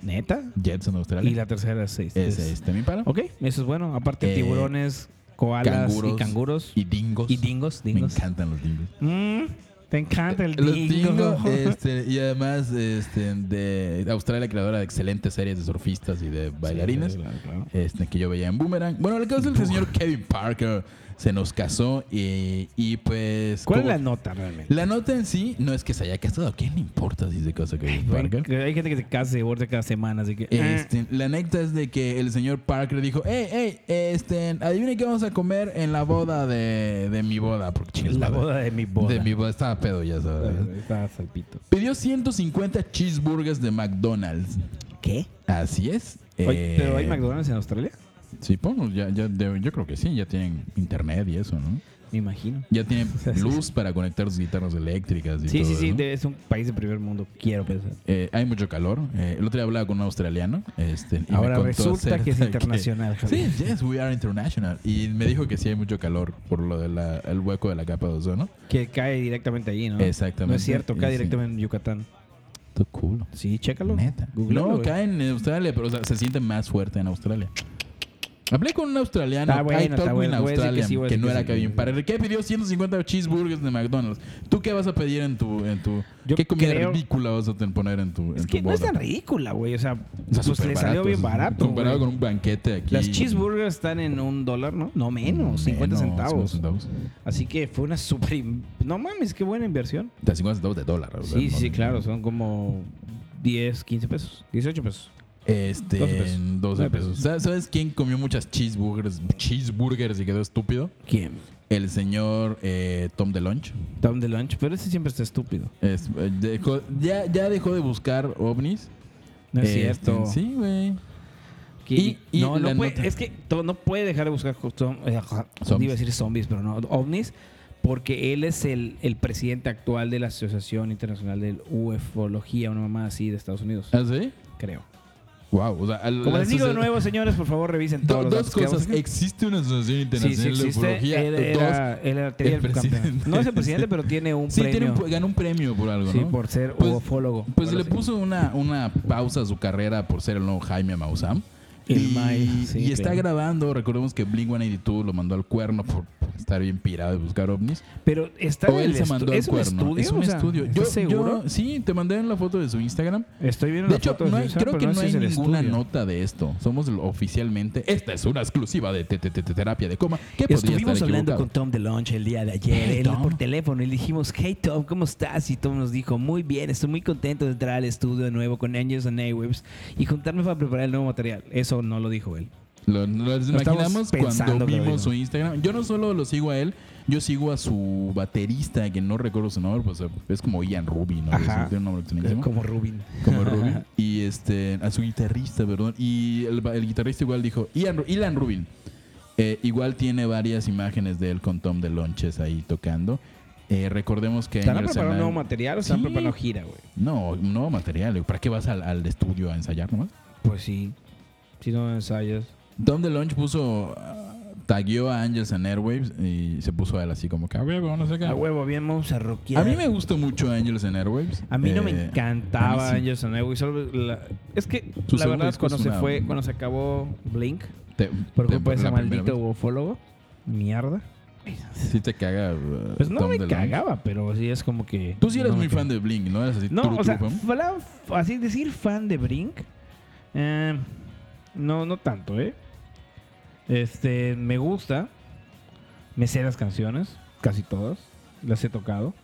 ¿Neta? Jets en Australia. Y la tercera es seis. es, Es- es Tame Impala. Ok, eso es bueno. Aparte, Eh, tiburones, koalas canguros y canguros. Y dingos. Y dingos, dingos. Me encantan los dingos. Mm, te encanta el Los dingo. dingos, (laughs) este, y además este, de Australia, creadora de excelentes series de surfistas y de bailarines. Sí, claro, claro. este, que yo veía en Boomerang. Bueno, el caso es que el señor Kevin Parker se nos casó y, y pues... ¿Cuál es como- la nota realmente? La nota en sí no es que se haya casado. ¿A quién le importa si se casa Kevin Parker? Que Hay gente que se casa y divorcia cada semana, así que... eh. Este, la anécdota es de que el señor Parker dijo, hey, hey, este, adivine qué vamos a comer en la boda de, de mi boda. Porque chingas eh, la madre. boda de mi boda. De mi boda estaba pedo, ya sabes. Ahí Está salpito. Pidió 150 cheeseburgers de McDonald's. ¿Qué? Así es. Oye, ¿Pero hay Eh, McDonald's en Australia? Sí, bueno, ya, ya de- yo creo que sí, ya tienen internet y eso, ¿no? Me imagino. Ya tienen sea, (laughs) sí, luz para conectar sus guitarras eléctricas y Sí, todo sí, sí, eso. de- es un país de primer mundo, quiero pensar. Eh, hay mucho calor. Eh, el otro día hablaba con un australiano. Este, y me Ahora contó resulta que es acerca internacional, que- Sí, Javier. yes, we are international. Y me dijo que sí hay mucho calor por lo del hueco de la capa de ozono. Que cae directamente allí, ¿no? Exactamente. No es cierto, Y cae sí. directamente en Yucatán. Tu culo. Sí, chécalo. Neta. Googlealo, no, güey. cae en Australia, pero o sea, se siente más fuerte en Australia. Hablé con un australiano, Está bueno, I talk está with bueno. an Voy a decir que Australian, sí, voy a que, decir no que era sí. Kevin Parker. ¿Qué pidió 150 cheeseburgers de McDonald's? ¿Tú qué vas a pedir en tu... En tu Yo ¿Qué comida creo- ridícula vas a ten- poner en tu, en Es tu que no es boda? tan ridícula, güey. O sea, O sea, pues súper le salió barato, bien o sea, barato. Comparado güey. con un banquete aquí. Las cheeseburgers están en un dólar, ¿no? No menos, 50 Menos, centavos. 50 centavos. Así que fue una super... in- No mames, qué buena inversión. O sea, 50 centavos de dólar. o sea, Sí, no- sí, claro. Son como 10, 15 pesos. 18 pesos. Este, 12 pesos. 12 9 pesos. pesos. ¿Sabes- ¿Sabes quién comió muchas cheeseburgers, cheeseburgers y quedó estúpido? ¿Quién? El señor eh, Tom DeLonge. Down the lunch. Pero ese siempre está estúpido. Es- eh, dejó- ya, ya dejó de buscar ovnis. No es Este, cierto. Sí, güey. Que- Y- y no, no la puede- nota- es que to- no puede dejar de buscar jo- som- eh, ajá, Zombies. iba a decir zombies, pero no, ovnis, porque él es el, el presidente actual de la Asociación Internacional de Ufología, una mamá así de Estados Unidos, ¿Ah, sí? creo. Wow. O sea, al- Como la les digo de sociedad- nuevo, señores, por favor, revisen Do- todos los dos datos que damos cosas. aquí. Existe una asociación Sí, sí internacional de existe. ufología. Él Dos. era, él era- tenía el el campeón. presidente. No es el presidente, pero tiene un Sí, premio. tiene un pu- ganó un premio por algo, sí, ¿no? por ser Pues- ufólogo. Pues Algo le así. puso una, una pausa a su carrera por ser el nuevo Jaime Maussan. El y Mai, sí, y está claro. grabando, recordemos que Blink-182 lo mandó al cuerno por, por estar bien pirado de buscar ovnis. Pero está o en él el se estu- mandó el ¿Es un cuerno. estudio? es un O sea, estudio. Yo, ¿Estás seguro? yo- sí, te mandé en la foto de su Instagram. Estoy viendo De la hecho, foto de no hay- Suiza, creo pero que no sé hay si es el ninguna estudio. nota de esto. Somos lo- oficialmente. Esta es una exclusiva de te- te- te- te- terapia de coma. ¿Qué podría estar Estuvimos hablando equivocado? con Tom DeLonge el día de ayer Hey, él Tom. por teléfono y le dijimos, hey Tom, ¿cómo estás? Y Tom nos dijo, muy bien, estoy muy contento de entrar al estudio de nuevo con Angels and Airwaves y juntarme para preparar el nuevo material. Eso no lo dijo él. Lo, nos Lo estamos imaginamos cuando pensando, pero vimos digo. su Instagram. Yo no solo lo sigo a él, yo sigo a su baterista, que no recuerdo su nombre, pues es como Ian Rubin, ¿no? Ajá. Eh, Tiene un nombre extrañísimo. Como Rubin. como Rubin. Y este, a su guitarrista, perdón. Y el, ba- el guitarrista igual dijo, Ian, Ru- Ilan Rubin. Eh, igual tiene varias imágenes de él con Tom de Lonches ahí tocando. Eh, recordemos que... ¿Están Angels preparando and nuevo Air- material o están Sí. preparando gira, güey? No, nuevo material. ¿Para qué vas al, al estudio a ensayar nomás? Pues sí. Si no ensayas. Tom DeLonge puso... ah, Tagueó a Angels and Airwaves y se puso a él así como que a huevo, no sé Ah, qué. A huevo, bien vamos a A mí me gustó mucho Angels and Airwaves. A mí no me Eh, encantaba a mí sí. Angels and Airways, solo la- es que Su la segundo verdad disco cuando es se una- fue, cuando se acabó Blink, Te- por te- culpa de ese la primera maldito vez. ufólogo, mierda. Sí te caga. eh, Pues no Tom me DeLonge. cagaba, pero sí es como que. Tú sí eras no me muy fan cagaba. de Blink, ¿no? Eras así, No, turu, o sea, turu, pam. fala- f- así decir fan de Brink. eh, no, no tanto, ¿eh? Este, me gusta. Me sé las canciones, casi todas. Las he tocado.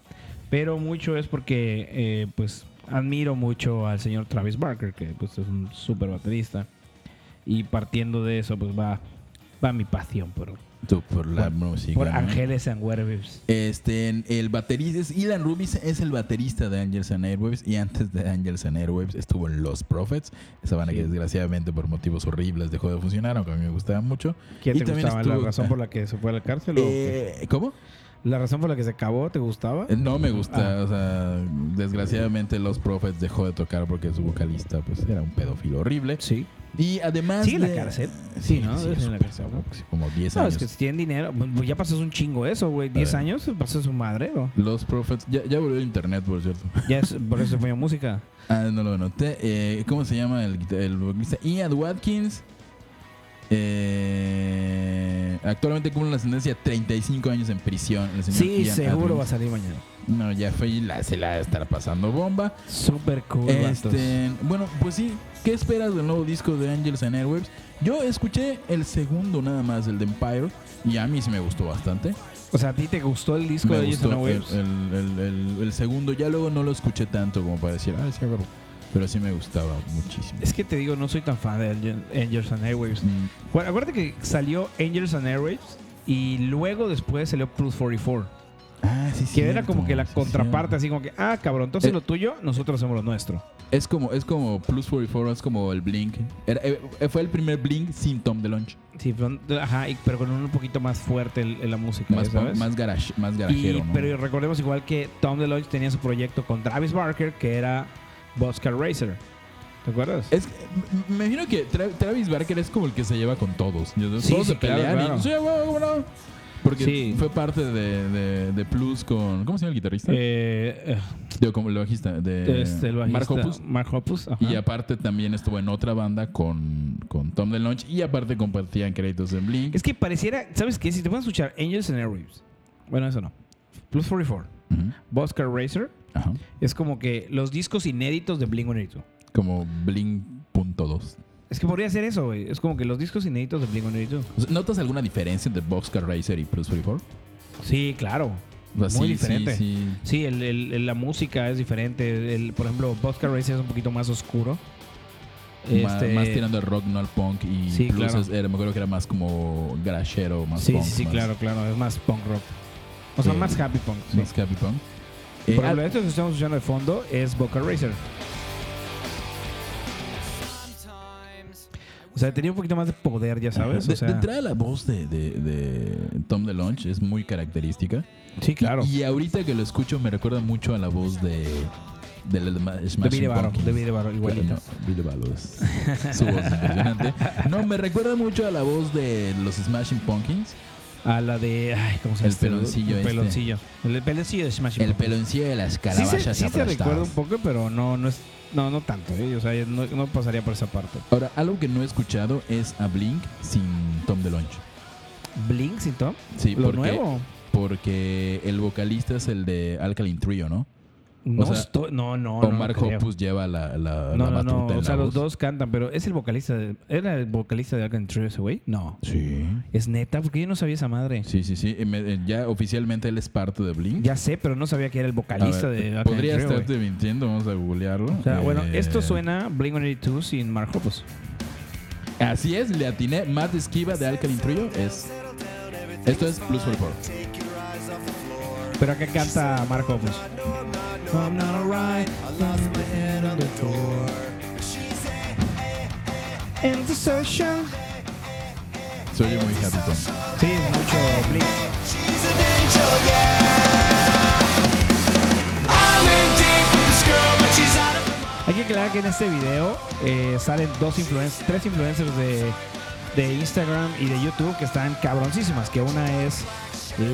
Pero mucho es porque, eh, pues, admiro mucho al señor Travis Barker, que pues, es un súper baterista. Y partiendo de eso, pues va, va mi pasión por, Tú por la música. por ¿no? Ángeles and Werewolves. Este, en- el baterista es Ilan Rubis, es el baterista de Angels and Airwaves y antes de Angels and Airwaves estuvo en Los Prophets, esa banda que Sí. desgraciadamente por motivos horribles dejó de funcionar, aunque a mí me gustaba mucho. ¿Qué Y te también gustaba? estuvo- ¿La razón por la que se fue a la cárcel? o qué? Eh, ¿Cómo? Eh, ¿La razón por la que se acabó? ¿Te gustaba? No me Ah. gusta, o sea, desgraciadamente Los Prophets dejó de tocar porque su vocalista pues era un pedófilo horrible Sí. y además ¿Sigue en la de- cárcel? Sí, Sí, ¿no? sí, Debe es ser en la súper cárcel, cabrón, como 10 No, años. es que si tienen dinero, pues ya pasas un chingo eso, güey. 10 ver. años pasó su madre, ¿no? Los Prophets, ya, ya volvió el internet, por cierto. Ya es, por eso fue música. Ah, no lo noté. Eh, ¿Cómo se llama el, guita- el vocalista? Ian Watkins. Eh, actualmente cumple la sentencia de 35 años en prisión. el señor Sí, Ian seguro va a Watkins. salir mañana. No, ya fue y la, se la va a estar pasando bomba. Súper cool, Este, bueno, pues sí, ¿qué esperas del nuevo disco de Angels and Airwaves? Yo escuché el segundo nada más, el de Empire, y a mí sí me gustó bastante. O sea, ¿a ti te gustó el disco me de gustó eh, Jason el, Waves? el- el- el- el segundo, ya luego no lo escuché tanto como para decir, ah, sí, a huevo". pero sí me gustaba muchísimo. Es que te digo, no soy tan fan de Angel- Angels and Airwaves. Mm, Bueno, acuérdate que salió Angels and Airwaves y luego después salió Plus 44. Ah, sí, Eh. Que era como que la contraparte, así como que, ah, cabrón, entonces lo tuyo, nosotros hacemos lo nuestro. Es como, es como Plus 44, es como el Blink. Era- eh, eh, fue el primer Blink sin Tom DeLonge. Sí, pero, ajá, y- pero con un poquito más fuerte el- la música, Más, ¿sabes? más, garage, más garajero, Y- ¿no? Pero recordemos igual que Tom DeLonge tenía su proyecto con Travis Barker, que era Boxcar Racer. ¿Te acuerdas? Es, que, m- me imagino que Tra- Travis Barker es como el que se lleva con todos. Y entonces Sí, todos sí, se claro, pelean y, claro. "Sí, bueno, cómo no". Porque Sí. fue parte de, de- de Plus con... ¿Cómo se llama el guitarrista? Eh, Digo, como el bajista. De este, el bajista, Eh, Mark Hoppus. Mark Hoppus, ajá. Y aparte también estuvo en otra banda con, con Tom DeLonge. Y aparte compartían créditos en Blink. Es que pareciera, ¿sabes qué? Si te pones a escuchar Angels and Airwaves, bueno, eso no. Plus 44, Ujú, Boxcar Racer, Ajá. es como que los discos inéditos de Blink 182. Como Blink.2. Es que podría ser eso, güey. Es como que los discos inéditos de Blink 182. O sea, ¿Notas alguna diferencia entre Boxcar Racer y Plus 44? Sí, claro. O sea, Muy Pues sí, diferente. Sí, sí. Sí, el- el- el- la música es diferente. El, por ejemplo, Vodka Racer es un poquito más oscuro. Ma- Este- más tirando al rock, no al punk. Y Sí, Plus claro. es- era- me acuerdo que era más como garachero, más sí, punk. sí, sí, más- claro, claro. Es más punk rock. O sea, Sí. más happy punk. sí. Más happy punk. Eh, Por ah, ejemplo, esto que estamos escuchando de fondo es Boca Racer. O sea, tenía un poquito más de poder, ya sabes. de, O sea, de entrada la voz de, de, de Tom DeLonge es muy característica. sí, claro. Y ahorita que lo escucho me recuerda mucho a la voz de... De, la- de Ma- De Smashing Billy Barro, Pumpkins. de Billy Barro, igualito. Bueno, no, Billy Barro es- su voz es impresionante. No, me recuerda mucho a la voz de los Smashing Pumpkins. A la de. Ay, ¿Cómo se El llama? este? peloncillo El este. peloncillo. El peloncillo de Smash El Pumpkins. peloncillo de las Sí calabazas se, sí se aplastadas. recuerda un poco, pero no, no es. No, no tanto, ¿eh? O sea, no, no pasaría por esa parte. Ahora, algo que no he escuchado es a Blink sin Tom DeLonge. Blink sin Tom. Sí, lo porque, nuevo. porque el vocalista es el de Alkaline Trio, ¿no? No, sea, estoy- no, no, no. o no Mark creo. Hoppus lleva la, la, No, no, la batuta no. O en la sea, los voz. dos cantan, pero ¿es el vocalista? de- ¿Era el vocalista de Alkaline Trio ese güey? No. Sí. Es neta, porque yo no sabía esa madre. Sí, sí, sí. Y me- eh, ya oficialmente él es parte de Blink. Ya sé, pero no sabía que era el A vocalista ver, de Alkaline Podría Trio, güey. estarte mintiendo, vamos a googlearlo. O sea, bueno, Eh, esto suena Blink 182 sin Mark pues. Hoppus. Así es, le atiné. Matt Esquiva de Alkaline Trio es. Esto es Blues for Four. Pero acá canta Mark Hoppus. I'm not alright, I lost my head on the floor. In the session. Se oye muy happy Tom. Sí, es mucho Blink. Hay que aclarar que en este video eh, salen dos influencers, tres influencers de, de Instagram y de YouTube que están cabroncísimas. Que una es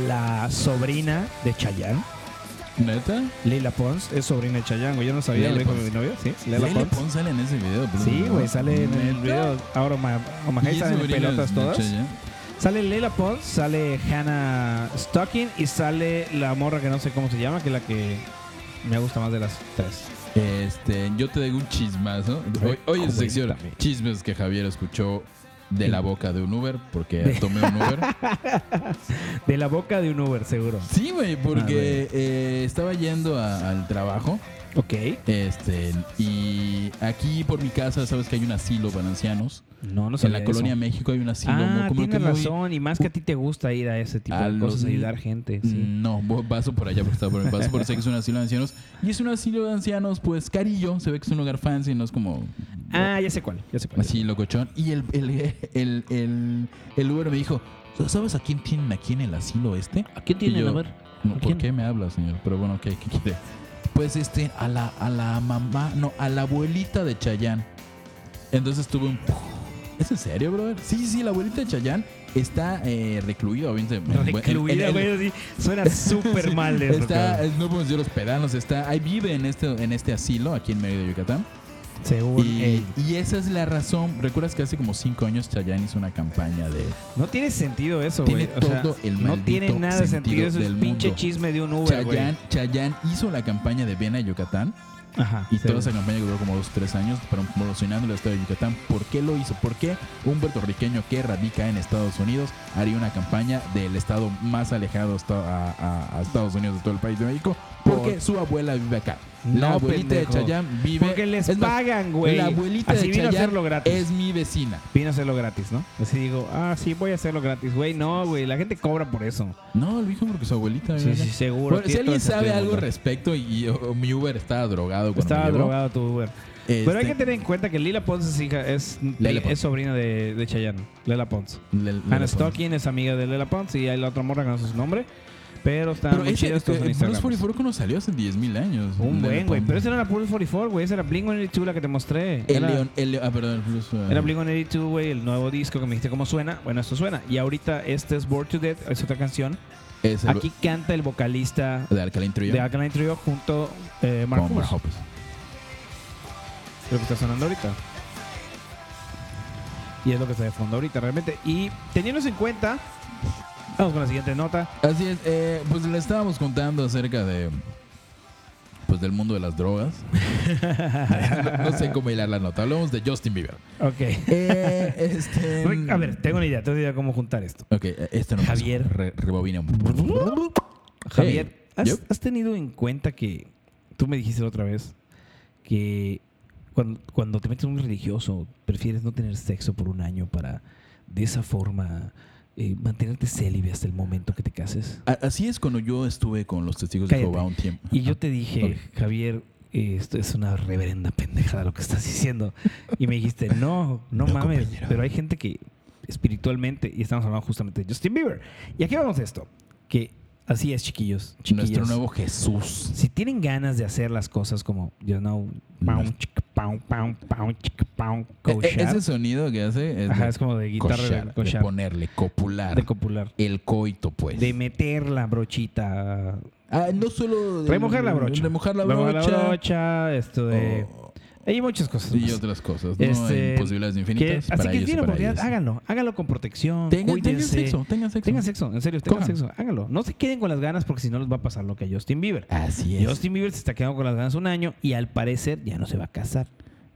la sobrina de Chayanne, ¿Neta? Leila Pons, es sobrina de Chayanne, güey. Yo no sabía, Leila lo dijo Pons. mi novio, sí. Leila Lele Pons. Pons sale en ese video. Blues Sí, for güey, Four. sale en el ¿Neta? video. Ahora Oma- ¿Y Omahai es sale en sobrina pelotas de todas. Chayanne? Sale Leila Pons, sale Hannah Stocking y sale la morra que no sé cómo se llama, que es la que me gusta más de las tres. Este, yo te digo un chismazo. Hoy, hoy en su sección, chismes que Javier escuchó de la boca de un Uber, porque tomé (laughs) un Uber. De la boca de un Uber, seguro. Sí, güey, Ah, porque eh, estaba yendo a- al trabajo. Ok. Este, y aquí por mi casa, sabes que hay un asilo para ancianos. No, no en sabía la colonia eso. México hay un asilo. Ah, muy- como tienes que muy- razón. Y más que a ti te gusta ir a ese tipo A de cosas, los- Mm, ayudar gente. Sí. No, bo- paso por allá, porque estaba por paso por sé que es un asilo de ancianos. Y es un asilo de ancianos, pues carillo. Se ve que es un lugar fancy, no es como Ah, ya sé cuál. Ya sé cuál. Así locochón. Y el, el, el, el, el Uber me dijo, ¿sabes a quién tienen aquí en el asilo este? ¿A quién Y tienen? yo, a ver. "No, ¿a ¿Por quién? qué me habla, señor? Pero bueno, ¿qué, qué quiere? Pues este, a la, a la mamá, no, a la abuelita de Chayán. Entonces tuve un... (laughs) ¿Es en serio, brother? Sí, sí, la abuelita de Chayán está eh, recluida. obviamente, en- en- en- Recluida, en- (laughs) güey. así. Suena súper Sí, mal eso. Está, cabrón. es- no podemos decir los pedanos, está, ahí vive en este, en este asilo, aquí en Mérida, Yucatán. Según Y, él. y esa es la razón. ¿Recuerdas que hace como cinco años Chayanne hizo una campaña de. No tiene sentido eso, Tiene güey. O sea, todo el no tiene maldito nada de sentido. sentido Eso es del pinche mundo. chisme de un Uber, güey. Chayanne, Chayanne hizo la campaña de Ven a Yucatán. Ajá. Y sí. toda esa campaña que duró como dos tres años para promocionando el estado de Yucatán. ¿Por qué lo hizo? ¿Por qué un puertorriqueño que radica en Estados Unidos haría una campaña del estado más alejado esta- a, a- a Estados Unidos de todo el país de México? Porque Por- su abuela vive acá. la No, abuelita pendejo. de Chayanne vive. Porque les es más, pagan, güey. La abuelita Así de vino a Chayanne hacerlo gratis. es mi vecina. Vino a hacerlo gratis, ¿no? Así digo, ah, sí, voy a hacerlo gratis. Güey, no, güey. La gente cobra por eso. No, lo dijo porque su abuelita. Sí, vive sí, acá. seguro. Bueno, si Tiene todo alguien el sentido sabe del algo al mundo. respecto y o, mi Uber estaba drogado cuando Estaba me llevó, drogado tu Uber. Pero hay que este, tener en cuenta que Lila Pons es hija, es, Leila Pons. es sobrina de, de Chayanne, Lela Pons. le- le- le- Hannah Stocking es amiga de Lela Pons y hay la otra morra que no sé su nombre. Pero están Pero muy ese, chidos todos eh, en Bruce Instagram. 44 cuando salió hace 10.000 años. Un Le- buen, güey. Pero ese no era Pool 44, güey. Ese era Blink 182 la que te mostré. El Era- León, el León- ah, perdón, el Bruce, eh, Era Blink-182, güey, el nuevo disco que me dijiste cómo suena. Bueno, esto suena. Y ahorita este es Born to Dead, es otra canción. es el Aquí canta el vocalista de Alkaline Trio. de Alkaline Trio junto eh, Mark con Mark Hoppus. Hoppus. Lo que está sonando ahorita. Y es lo que está de fondo ahorita, realmente. Y teniéndose en cuenta, vamos con la siguiente nota. Así es, eh, pues le estábamos contando acerca de. Pues del mundo de las drogas. (laughs) no, no sé cómo hilar la nota. Hablamos de Justin Bieber. Ok. (laughs) Eh, este, Rick, A ver, tengo una idea, tengo una idea de cómo juntar esto. Ok, eh, este no me Javier. pasó. Re- rebobina. Javier, Hey, ¿has, yo. has tenido en cuenta que tú me dijiste la otra vez que cuando, cuando te metes en un religioso prefieres no tener sexo por un año para de esa forma eh, mantenerte célibe hasta el momento que te cases? A- Así es cuando yo estuve con los testigos Cállate. de Jehová un tiempo. Y yo te dije, Ok. Javier, eh, esto es una reverenda pendejada lo que estás diciendo. Y me dijiste, no, no, No, mames, compañero. pero hay gente que espiritualmente, y estamos hablando justamente de Justin Bieber. Y aquí vamos a esto, que así es, chiquillos. chiquillas. Nuestro nuevo Jesús. Si tienen ganas de hacer las cosas como, you know, pound, chica, pound, pound, pound, chica, pound, E- e- cochar. ese sonido que hace es, Ajá, de es como de guitarra de cochar, de cochar. ponerle, copular, de copular. el coito, pues. De meter la brochita. Ah, no solo de- Remojar la brocha. Remojar la Remojar brocha. Oh. brocha, esto de. o- Hay muchas cosas. Y más. otras cosas, ¿no? Este, Hay posibilidades que- infinitas. así para que ellos y tienen para oportunidad, ellas. háganlo. Háganlo con protección. Tengan, tengan cuídense. sexo, tengan sexo. Tengan sexo, en serio, tengan Cojan. sexo, háganlo. No se queden con las ganas porque si no les va a pasar lo que a Justin Bieber. Así es. Justin Bieber se está quedando con las ganas un año y al parecer ya no se va a casar.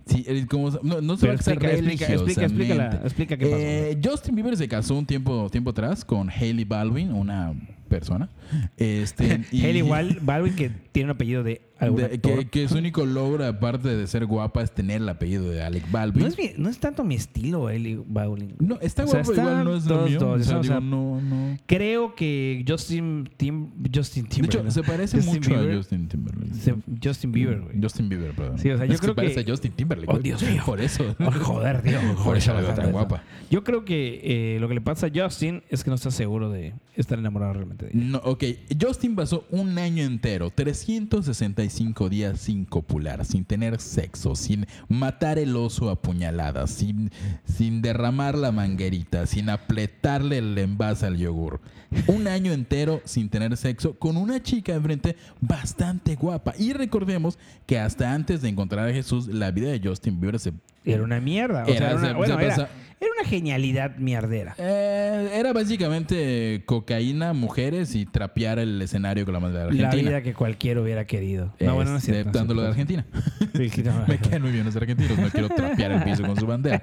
Sí, eh, como, no, no se Pero va a casar explica, explica, explica, explica, la- religiosamente. explica qué pasó. Eh, Justin Bieber se casó un tiempo, tiempo atrás con Hailey Baldwin, una persona. (laughs) Este, y- Hailey Wal- Baldwin, que tiene un apellido de algún de- actor. que, que su único logro, aparte de ser guapa, es tener el apellido de Alec Baldwin. no, es mi- no es tanto mi estilo, Hailey Baldwin. No, está O sea, guapo, están igual no es lo todos, mío. todos, o sea, o sea, digo, no, no. Creo que Justin, Tim, Justin De hecho, Timberlake. se parece Justin mucho Bieber. a Justin Timberlake. Se- Justin Bieber, güey. Justin Bieber, perdón. Sí, o sea, yo es creo que parece que- a Justin Timberlake. Oh, güey. Dios mío. Por eso. Oh, joder, (laughs) tío. Por eso la veo tan guapa. Yo creo que eh, lo que le pasa a Justin es que no está seguro de estar enamorado realmente de ella. No, ok. Justin pasó un año entero, 365 días sin copular, sin tener sexo, sin matar el oso a puñaladas, sin, sin derramar la manguerita, sin apretarle el envase al yogur. Un año entero sin tener sexo con una chica enfrente bastante guapa. Y recordemos que hasta antes de encontrar a Jesús, la vida de Justin Bieber se Era una mierda. o sea, Mm. Era- era, una, se- bueno, se era- pasa- era una genialidad mierdera. Eh, era básicamente cocaína, mujeres y trapear el escenario con la madre de La Argentina. vida que cualquiera hubiera querido. No, bueno, no es cierto, no es Exceptando lo de cierto. Argentina. (laughs) Sí, sí, no. Me caen muy bien los argentinos, no quiero trapear el piso con su bandera.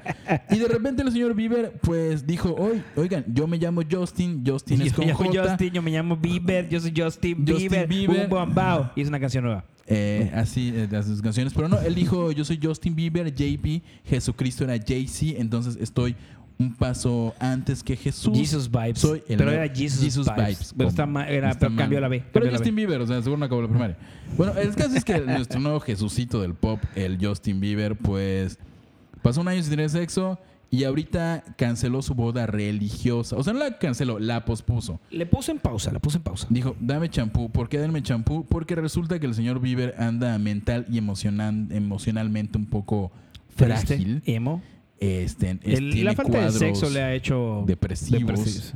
Y de repente el señor Bieber, pues dijo: "Oy, Oigan, yo me llamo Justin, Justin es yo con me llamo J". Justin, yo me llamo Bieber, yo soy Justin, Justin Bieber, Bieber. un bombao. Y es una canción nueva. Eh, así eh, de sus canciones. Pero no, él dijo, yo soy Justin Bieber, JB, Jesucristo era Jay-Z, entonces estoy un paso antes que Jesús. Jesus Vibes. Soy el pero nuevo- era Jesus, Vibes. Pero como- está ma- era, está pero mal. cambió la B. Pero cambió la B. Justin Bieber, o sea, seguro no acabó la primaria. Bueno, el (laughs) caso es que nuestro nuevo Jesucito del pop, el Justin Bieber, pues pasó un año sin tener sexo y ahorita canceló su boda religiosa. O sea, no la canceló, la pospuso. Le puso en pausa, la puso en pausa. Dijo, dame champú. ¿Por qué dame champú? Porque resulta que el señor Bieber anda mental y emocional, emocionalmente un poco frágil. Triste, Emo. Este, es- e El- tiene la falta de cuadros sexo le ha hecho depresivos.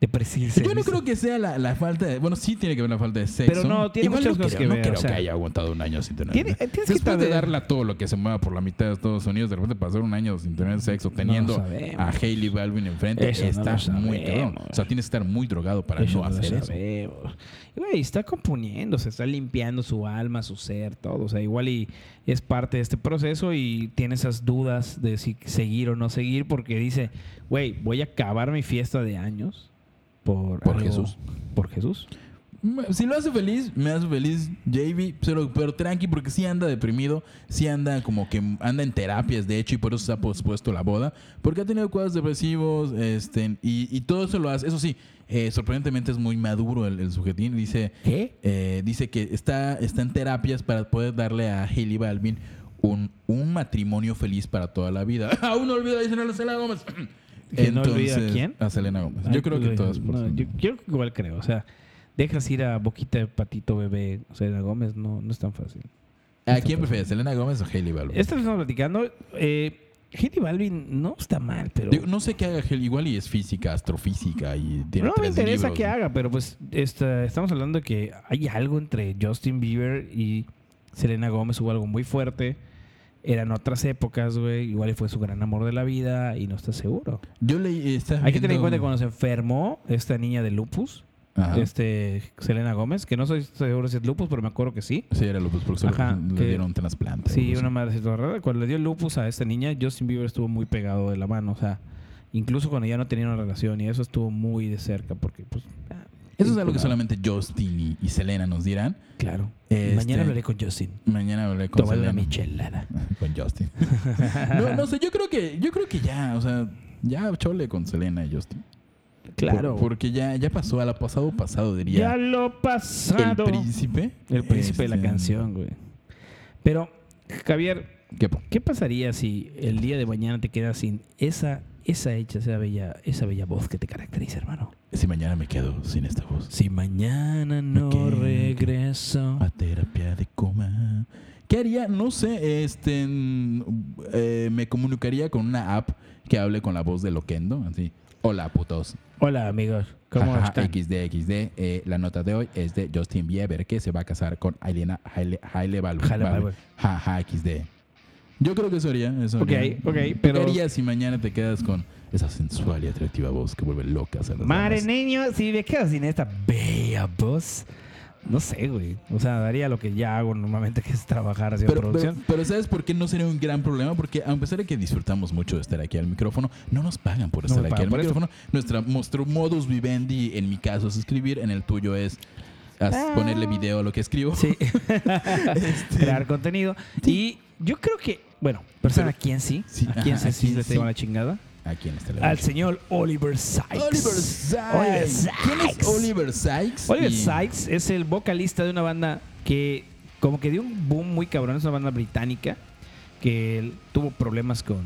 Depresirse. Yo no creo que sea la, la falta de. Bueno, sí tiene que ver la falta de sexo. Pero no, tiene Igual muchas no cosas que creo, No ver, creo o sea. que haya aguantado un año sin tener. Tiene- eh, tienes que Después de saber. darle a todo lo que se mueva por la mitad de Estados Unidos, de repente pasar un año sin tener sexo, teniendo sabemos. a Hailey Baldwin enfrente, Eso no está lo muy sabemos. cabrón. O sea, tienes que estar muy drogado para Eso no no lo hacer eso. sabemos. Y, güey, está componiéndose, está limpiando su alma, su ser, todo. O sea, igual y es parte de este proceso y tiene esas dudas de si seguir o no seguir porque dice, güey, voy a acabar mi fiesta de años por, Por Jesús. Por Jesús. Me- Si lo hace feliz, me hace feliz JB, pero, pero tranqui, porque sí anda deprimido, sí anda como que anda en terapias, de hecho, y por eso se ha pospuesto la boda, porque ha tenido cuadros depresivos, este, y, y todo eso lo hace. Eso sí, eh, sorprendentemente es muy maduro el, el sujetín, dice, ¿Qué? eh, dice que está, está en terapias para poder darle a Hailey Balvin un, un matrimonio feliz para toda la vida. (laughs) Aún no olvida, dice Selena Gómez. Que no olvida Entonces, quién. A Selena Gómez. Yo creo que Ay, todas por no, Selena. yo, yo igual creo, o sea, dejas ir a Boquita de Patito Bebé, o sea, a Gómez, no, no es tan fácil. ¿A quién prefieres, Selena Gómez o Hailey Balvin? Esto lo estamos platicando. Eh, Hailey Balvin no está mal, pero. Digo, no sé qué haga Hell, igual y es física, astrofísica y tiene no me tres interesa libros. que haga, pero pues esta- estamos hablando de que hay algo entre Justin Bieber y Selena Gómez, hubo algo muy fuerte. Eran otras épocas, güey. Igual y fue su gran amor de la vida y no está seguro. Yo leí está Hay que tener en viendo- cuenta que cuando se enfermó esta niña de lupus, Ajá. este Selena Gómez, que no soy seguro si es lupus, pero me acuerdo que sí. Sí, era Lupus porque Ajá, Ajá, le que- dieron trasplante. o Sí, algo una así. madre así toda rara. Cuando le dio lupus a esta niña, Justin Bieber estuvo muy pegado de la mano. O sea, incluso cuando ya no tenían una relación y eso estuvo muy de cerca porque, pues, ah, Eso es algo que solamente Justin y, y Selena nos dirán. claro. Este- Mañana hablaré con Justin. Mañana hablaré con Tomaré una Selena. michelada. (laughs) con Justin. no, no sé, yo creo que yo creo que ya, o sea, ya chole con Selena y Justin. Claro. Por- porque ya ya pasó a la pasado pasado ya diría. lo el pasado. príncipe. El príncipe de la Este, canción, güey. Pero, Javier, ¿Qué po- ¿qué pasaría si el día de mañana te quedas sin esa, esa hecha, esa bella, esa bella voz que te caracteriza, hermano? Si mañana me quedo sin esta voz. Si mañana no quedo regreso. A terapia de coma. ¿Qué haría? No sé, este mm, eh, me comunicaría con una app que hable con la voz de Loquendo, así. Hola putos. Hola amigos, ¿cómo Jaja, están? XD, XD. Eh, la nota de hoy es de Justin Bieber que se va a casar con Ailena Haile, Haile Balbu- Haile Balbu. Balbu. Jaja, XD. Yo creo que eso haría. Eso Ok, haría. ok, ¿Qué pero... harías si mañana te quedas con esa sensual y atractiva voz que vuelve locas a las Madre damas? niño, si me quedo sin esta bella voz, no sé, güey. O sea, daría lo que ya hago normalmente, que es trabajar haciendo Pero, pero, producción. pero ¿sabes por qué no sería un gran problema? Porque a pesar de que disfrutamos mucho de estar aquí al micrófono, no nos pagan por No estar nos aquí pagan al por esto. micrófono. Nuestra, nuestro modus vivendi, en mi caso, es escribir, en el tuyo es haz- ponerle video a lo que escribo. Sí. Este, Crear contenido. Y yo creo que, bueno, persona a quién sí, Sí, a quién ajá, sí, ¿a sí quién le sí? tengo la chingada. (laughs) Aquí en este Al señor Oliver Sykes. Oliver Sykes. Oliver Sykes. ¿Quién es Oliver Sykes? Oliver Y- Sykes es el vocalista de una banda que como que dio un boom muy cabrón. Es una banda británica que él tuvo problemas con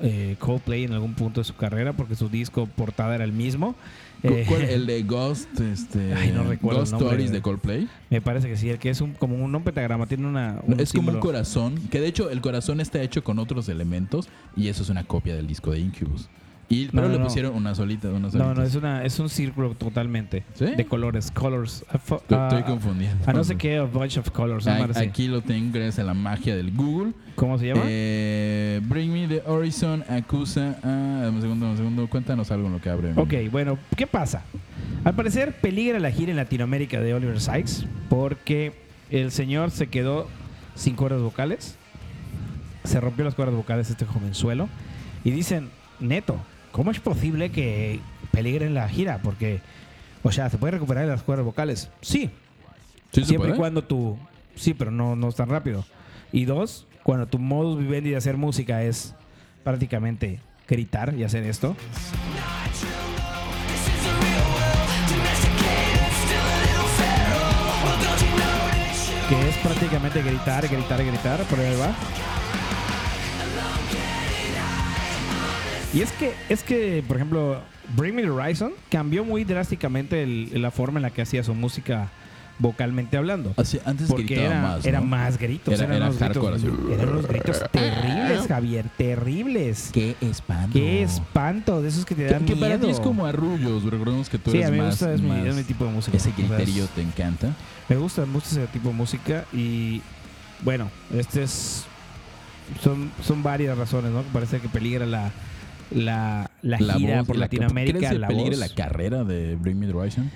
eh, Coldplay en algún punto de su carrera porque su disco portada era el mismo. ¿Cu- Eh, cuál? el de Ghost, este, Ay, no recuerdo Ghost el nombre. Stories de Coldplay. (laughs) Me parece que sí, el que es un, como un, no un pentagrama, tiene una... es como un símbolo. corazón, que de hecho el corazón está hecho con otros elementos y eso es una copia del disco de Incubus. Y, pero no, le no. pusieron una solita, una solita. No, no, es, una, es un círculo totalmente ¿Sí? de colores. Colors. a fo- Estoy, a- estoy confundiendo. a no sé qué, a bunch of colors. una A- madre así. aquí lo tengo gracias a la magia del Google. ¿Cómo se llama? Eh, Bring Me the Horizon acusa a... Dame un segundo, dame un segundo. Cuéntanos algo en lo que abre. Ok, bueno, ¿qué pasa? Al parecer peligra la gira en Latinoamérica de Oliver Sykes porque el señor se quedó sin cuerdas vocales. Se rompió las cuerdas vocales este jovenzuelo. Y dicen, neto, ¿cómo es posible que peligre la gira? Porque, o sea, ¿se puede recuperar las cuerdas vocales? Sí, ¿Sí se siempre y puede? cuando tú... Sí, pero no, no es tan rápido. Y dos, cuando tu modus vivendi de hacer música es prácticamente gritar y hacer esto. que es prácticamente gritar, gritar, gritar, por ahí va. Y es que, es que, por ejemplo, Bring Me the Horizon cambió muy drásticamente el- la forma en la que hacía su música vocalmente hablando. Así, antes Porque gritaba era más, más, ¿no? era más gritos. Era- eran era unos hardcore, gritos, así. eran unos gritos terribles, Javier, terribles. Qué, Qué espanto. espanto, de esos que te Que, dan que miedo. para ti es como arrullos. Recordemos que tú sí, eres a mí me más... gusta, es, mi- más- es mi tipo de música. Ese O sea, es- criterio te encanta. me gusta mucho ese tipo de música y bueno, este es son, son varias razones, ¿no? Parece que peligra la la, la gira voz, por la- Latinoamérica, ¿Crees que la peligre voz. la carrera de Bring Me the Horizon?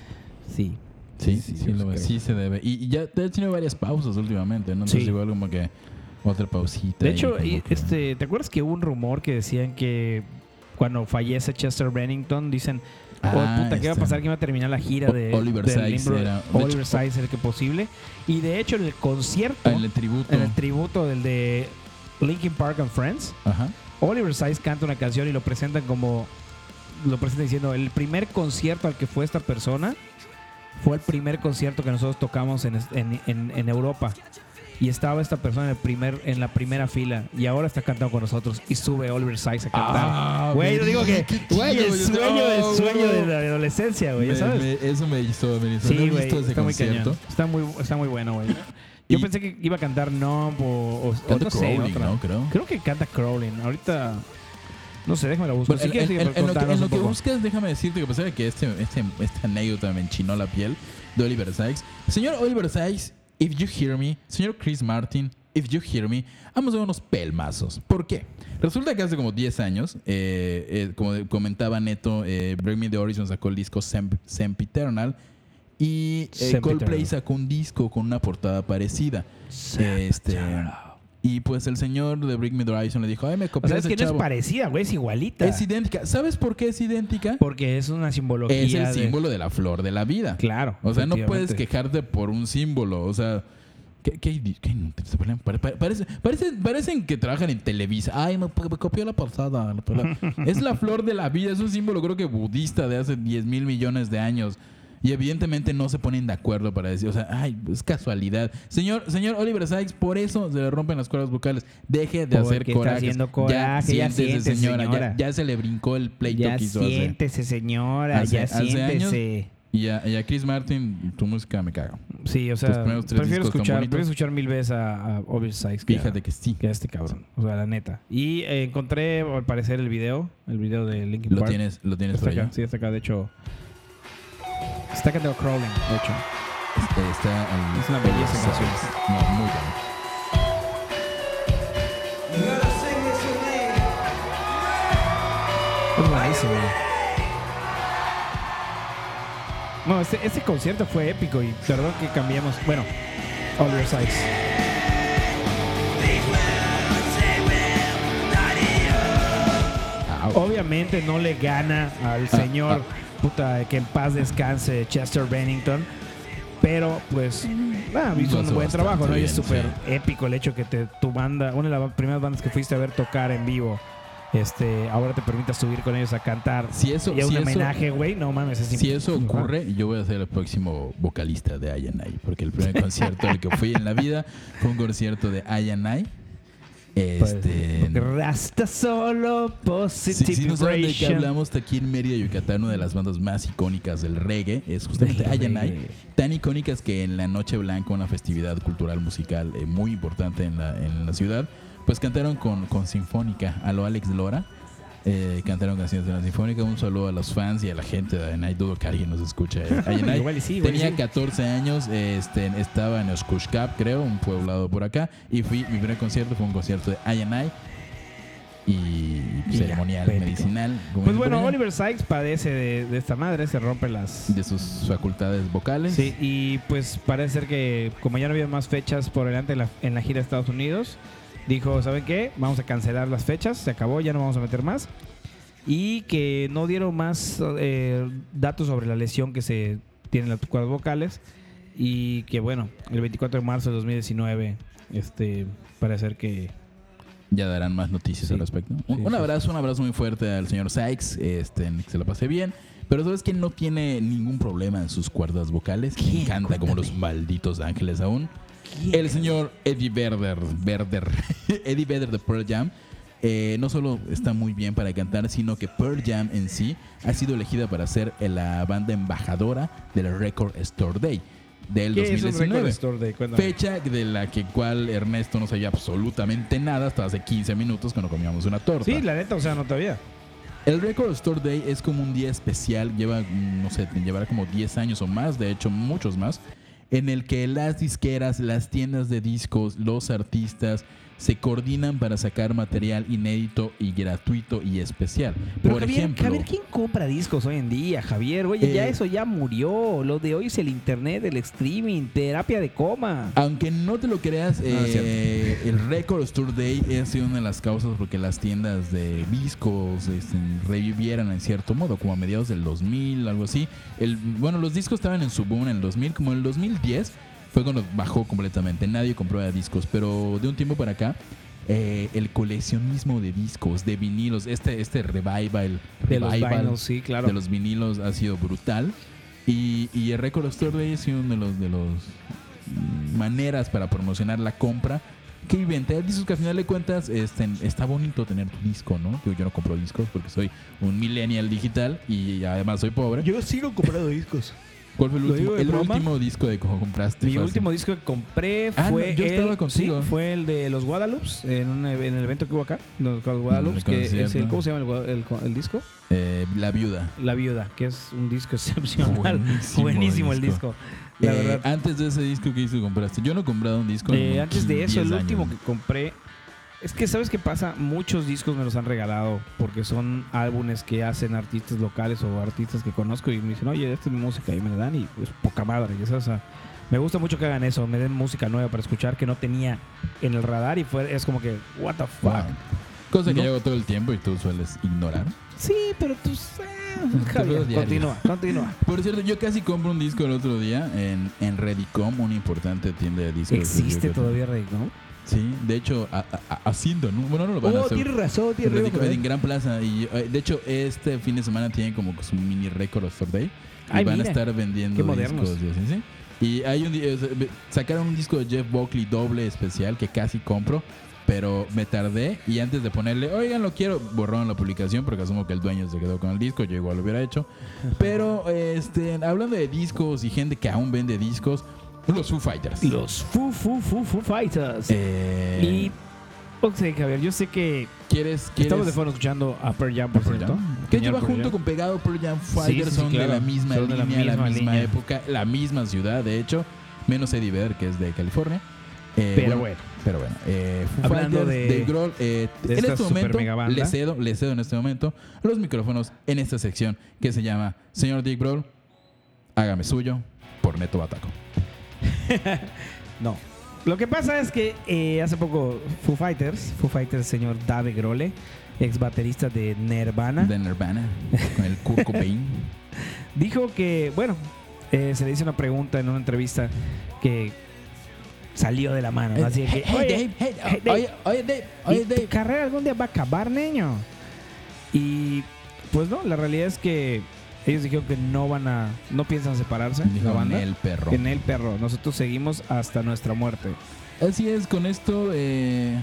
sí. Sí, sí, Sí, sí, yo lo- creo. sí se debe. Y, y ya te he tenido varias pausas últimamente, ¿no? Entonces Sí. igual como que otra pausita. De y hecho, como y- que- este, ¿te acuerdas que hubo un rumor que decían que cuando fallece Chester Bennington dicen, oh, Ah, puta, ¿qué va a este. pasar? ¿Quién va a terminar la gira O- de Oliver del Sykes Limbo- era- de Oliver hecho, Sykes era el que posible? Y de hecho en el concierto, Ah, en el tributo. en el tributo del de Linkin Park and Friends, Ajá. Oliver Sykes canta una canción y lo presentan como lo presentan diciendo el primer concierto al que fue esta persona fue el primer concierto que nosotros tocamos en, es- en- en- en Europa y estaba esta persona en el primer en la primera fila y ahora está cantando con nosotros y sube Oliver Sykes a Ah, cantar güey yo güey, digo que qué güey el chido, yo- sueño el oh, sueño güey. de la adolescencia güey ya Me- sabes me- eso me hizo, me hizo. No sí he güey visto ese está muy concierto. cañón está muy está muy bueno güey yo Y- pensé que iba a cantar Numb o, o- o Canta no sé, Crowley, otra. ¿no? Creo. Creo que canta Crowling. Ahorita. No sé, déjame la buscar. Bueno, Si en, quieres, en- sí, en- en lo que, contanos en lo un que poco. buscas, déjame decirte que a pesar de que este, este, esta anécdota me enchinó la piel de Oliver Sykes. Señor Oliver Sykes, if you hear me, señor Chris Martin, if you hear me, vamos a dar unos pelmazos. ¿Por qué? Resulta que hace como 10 años, eh, eh, como de- comentaba Neto, eh, Bring Me the Horizon sacó el disco Semp- Sempiternal y eh, Sempiternal. Coldplay sacó un disco con una portada parecida. Este, y pues el señor de Bring Me the Horizon le dijo, ay, me O copié sea, es que no es parecida, güey, es igualita. es idéntica. ¿Sabes por qué es idéntica? porque es una simbología. Es el de- símbolo de la flor de la vida. Claro. O sea, no puedes efectivamente. quejarte por un símbolo. O sea, ¿qué, qué, idi- qué inútil se ponen? Pare- pare- parece- parece- parecen que trabajan en Televisa. Ay, me, me copió la portada. la (laughs) portada. es la flor de la vida. Es un símbolo, creo que budista de hace 10 mil millones de años. Y evidentemente no se ponen de acuerdo para decir, o sea, ay, es casualidad. Señor, señor Oliver Sykes, por eso se le rompen las cuerdas vocales. Deje de hacer Porque está corajes. haciendo coraje, ya siéntese, Ya- señora. Ya, se le brincó el pleito Ya que hizo hacer. siéntese, señora. Hace- ya hace siéntese. Y a, y a Chris Martin, tu música me caga. Sí, o Tus sea, primeros tres prefiero discos están escuchar, bonitos. prefiero escuchar mil veces a, a Obvious Sykes que, Fíjate a, que sí. que a este cabrón. O sea, la neta. Y eh, encontré, al parecer, el video. El video de Linkin Lo Park. tienes, lo tienes por Está acá. allá. Sí, está acá. De hecho, está cantando Crawling, de hecho. Este, está al- Es una belleza esa No, muy bueno. Eso. No, este, este concierto fue épico y perdón que cambiamos. Bueno, All Your Sides. Ah, Obviamente no le gana al señor puta que en paz descanse Chester Bennington. Pero pues ah, hizo Lo un hizo buen trabajo, bastante ¿no? Y es bien, súper épico el hecho que te, tu banda, una de las primeras bandas que fuiste a ver tocar en vivo, este, ahora te permita subir con ellos a cantar. Si eso- y a un si eso- homenaje, güey, no mames, es Si eso imp- ocurre, yo voy a ser el próximo vocalista de Ayanay, porque (laughs) el primer concierto al que fui en la vida fue un concierto de Ayanay. Pues, Este, porque Rasta solo si, positive si no saben de qué vibration. hablamos, aquí en Mérida, Yucatán, una de las bandas más icónicas del reggae es (laughs) justamente Del Ayanay. reggae. Tan icónicas que en la Noche Blanca, una festividad cultural musical eh, muy importante en la, en la ciudad, pues cantaron con, con Sinfónica, a lo Alex Lora. eh, cantaron canciones de la Sinfónica. Un saludo a los fans y a la gente de Ayanay. Dudo que alguien (laughs) nos escuche. eh. Ayanay Igual y sí, igual y tenía sí. 14 años, este, estaba en Oscushcap, creo, un pueblado por acá. Y fui, mi primer concierto fue un concierto de Ayanay. Y Y ya, ceremonial, bélico. medicinal. como Pues dijo bueno, Brian, Oliver Sykes padece de, de esta madre, se rompe las, De sus facultades vocales. Sí, y pues parece ser que como ya no había más fechas por delante en la, en la gira de Estados Unidos, dijo, ¿saben qué? Vamos a cancelar las fechas, se acabó, ya no vamos a meter más. Y que no dieron más eh, datos sobre la lesión que se tiene en las cuerdas vocales. Y que bueno, el 24 de marzo de 2019, este, parece ser que... Ya darán más noticias Sí. al respecto. Un, Sí, un sí, abrazo, un abrazo muy fuerte al señor Sykes. Este, que se la pasé bien. Pero sabes que no tiene ningún problema en sus cuerdas vocales. Que canta como los malditos ángeles aún. El señor Eddie Vedder, Vedder, (laughs) Eddie Vedder de Pearl Jam, eh, no solo está muy bien para cantar, sino que Pearl Jam en sí ha sido elegida para ser la banda embajadora del Record Store Day del ¿Qué es un record 2019. store de cuéntame? Fecha de la que cual Ernesto no sabía absolutamente nada hasta hace 15 minutos cuando comíamos una torta. Sí, la neta, o sea, no todavía. El Record Store Day es como un día especial, lleva, mm, no sé, llevará como 10 años o más, de hecho muchos más, en el que las disqueras, las tiendas de discos, los artistas se coordinan para sacar material inédito y gratuito y especial. Pero Por Javier, ejemplo, Javier, ¿quién compra discos hoy en día, Javier? Oye, ya Eh. eso ya murió. Lo de hoy es el internet, el streaming, terapia de coma. Aunque no te lo creas, es cierto. eh, el Record Store Day ha sido una de las causas porque las tiendas de discos este, revivieran en cierto modo, como a mediados del 2000, algo así. El, bueno, los discos estaban en su boom en el 2000, como en el 2010 fue cuando bajó completamente, nadie compraba discos, pero de un tiempo para acá, eh, el coleccionismo de discos, de vinilos, este, este revival, De los revival vinyls, sí, claro. de los vinilos ha sido brutal. Y, y el Record Store Day es uno de los de los mm, maneras para promocionar la compra. Que inventar discos que al final de cuentas este, está bonito tener tu disco, ¿no? Yo, yo no compro discos porque soy un millennial digital y además soy pobre. Yo sigo comprando discos. ¿Cuál fue el ¿Lo último, digo de el broma? último disco de que compraste? Mi Fue así. último disco que compré Ah, no, fue, Eh, yo estaba el, contigo. sí, fue el de los Guadalupes en, un e- en el evento que hubo acá, los Guadalupes, que es el, concierto. ¿cómo se llama el, gua- el co- el disco? Mm, Eh, la viuda. La Viuda, que es un (laughs) disco excepcional. Buenísimo Buenísimo, el disco. disco. La Eh, verdad. Antes de ese disco que hizo compraste, yo no he comprado un disco. en Eh, antes de 15, eso, el 10 último que años. compré. Es que, ¿sabes qué pasa? Muchos discos me los han regalado porque son álbumes que hacen artistas locales o artistas que conozco y me dicen, oye, esta es mi música y me la dan y pues poca madre, ya sabes. o sea, me gusta mucho que hagan eso, me den música nueva para escuchar que no tenía en el radar y fue, es como que, what the fuck. Wow. Cosa que No. yo hago todo el tiempo y tú sueles ignorar. Sí, pero (laughs) tú... eh, Todo Javier, diario. continúa, continúa. Por cierto, yo casi compro un disco el otro día en, en Redicom, una importante tienda de discos. de Existe Yucatán. todavía Rey, ¿no? Sí, de hecho, a- a- a- haciendo, ¿no? Bueno, no lo van a Oh, hacer. tienes razón, En tienes Redicom, en razón. Gran Plaza. Y, eh, de hecho, este fin de semana tienen como que su mini récord Store Day. Y Ay, van a mira. estar vendiendo Qué modernos. discos. Y, así, ¿sí? Y hay un, di- eh, sacaron un disco de Jeff Buckley doble especial que casi compro. Pero me tardé y antes de ponerle, oigan, lo quiero, borraron la publicación porque asumo que el dueño se quedó con el disco, yo igual lo hubiera hecho. Pero este, hablando de discos y gente que aún vende discos, los Foo Fighters. Los Foo Foo Foo Foo Fighters. Eh, Y, ok, Javier, yo sé que ¿Quieres, quieres estamos de fondo escuchando a Pearl Jam, por Pearl cierto. Jam. Que lleva Pearl junto Jam. con pegado Pearl Jam Sí, Fighter, sí, sí, son de claro. la misma Son de la línea, la misma, misma línea. época, la misma ciudad, de hecho, menos Eddie Vedder, que es de California. Eh, Pero bueno, Pero bueno, eh, Foo Hablando Fighters, de- Dave Grohl, eh, de en esta este super momento mega banda. le cedo, le cedo en este momento los micrófonos en esta sección que se llama Señor Dave Grohl, hágame suyo por Neto Bataco. No. Lo que pasa es que eh, hace poco Foo Fighters, Foo Fighters, señor Dave Grole, ex baterista de Nirvana, De Nirvana, con el Kurt Cobain. dijo que, bueno, eh, se le hizo una pregunta en una entrevista que salió de la mano. ¿no? Así de que, Eh, Hey, oye, Dave, hey, hey, Dave. oye, oye, Dave, oye, ¿Y tu Dave. carrera algún día va a acabar, niño? Y pues no, la realidad es que ellos dijeron que no van a, no piensan separarse. la Dijo banda. el perro. En el perro. Nosotros seguimos hasta nuestra muerte. Así es, con esto. Eh,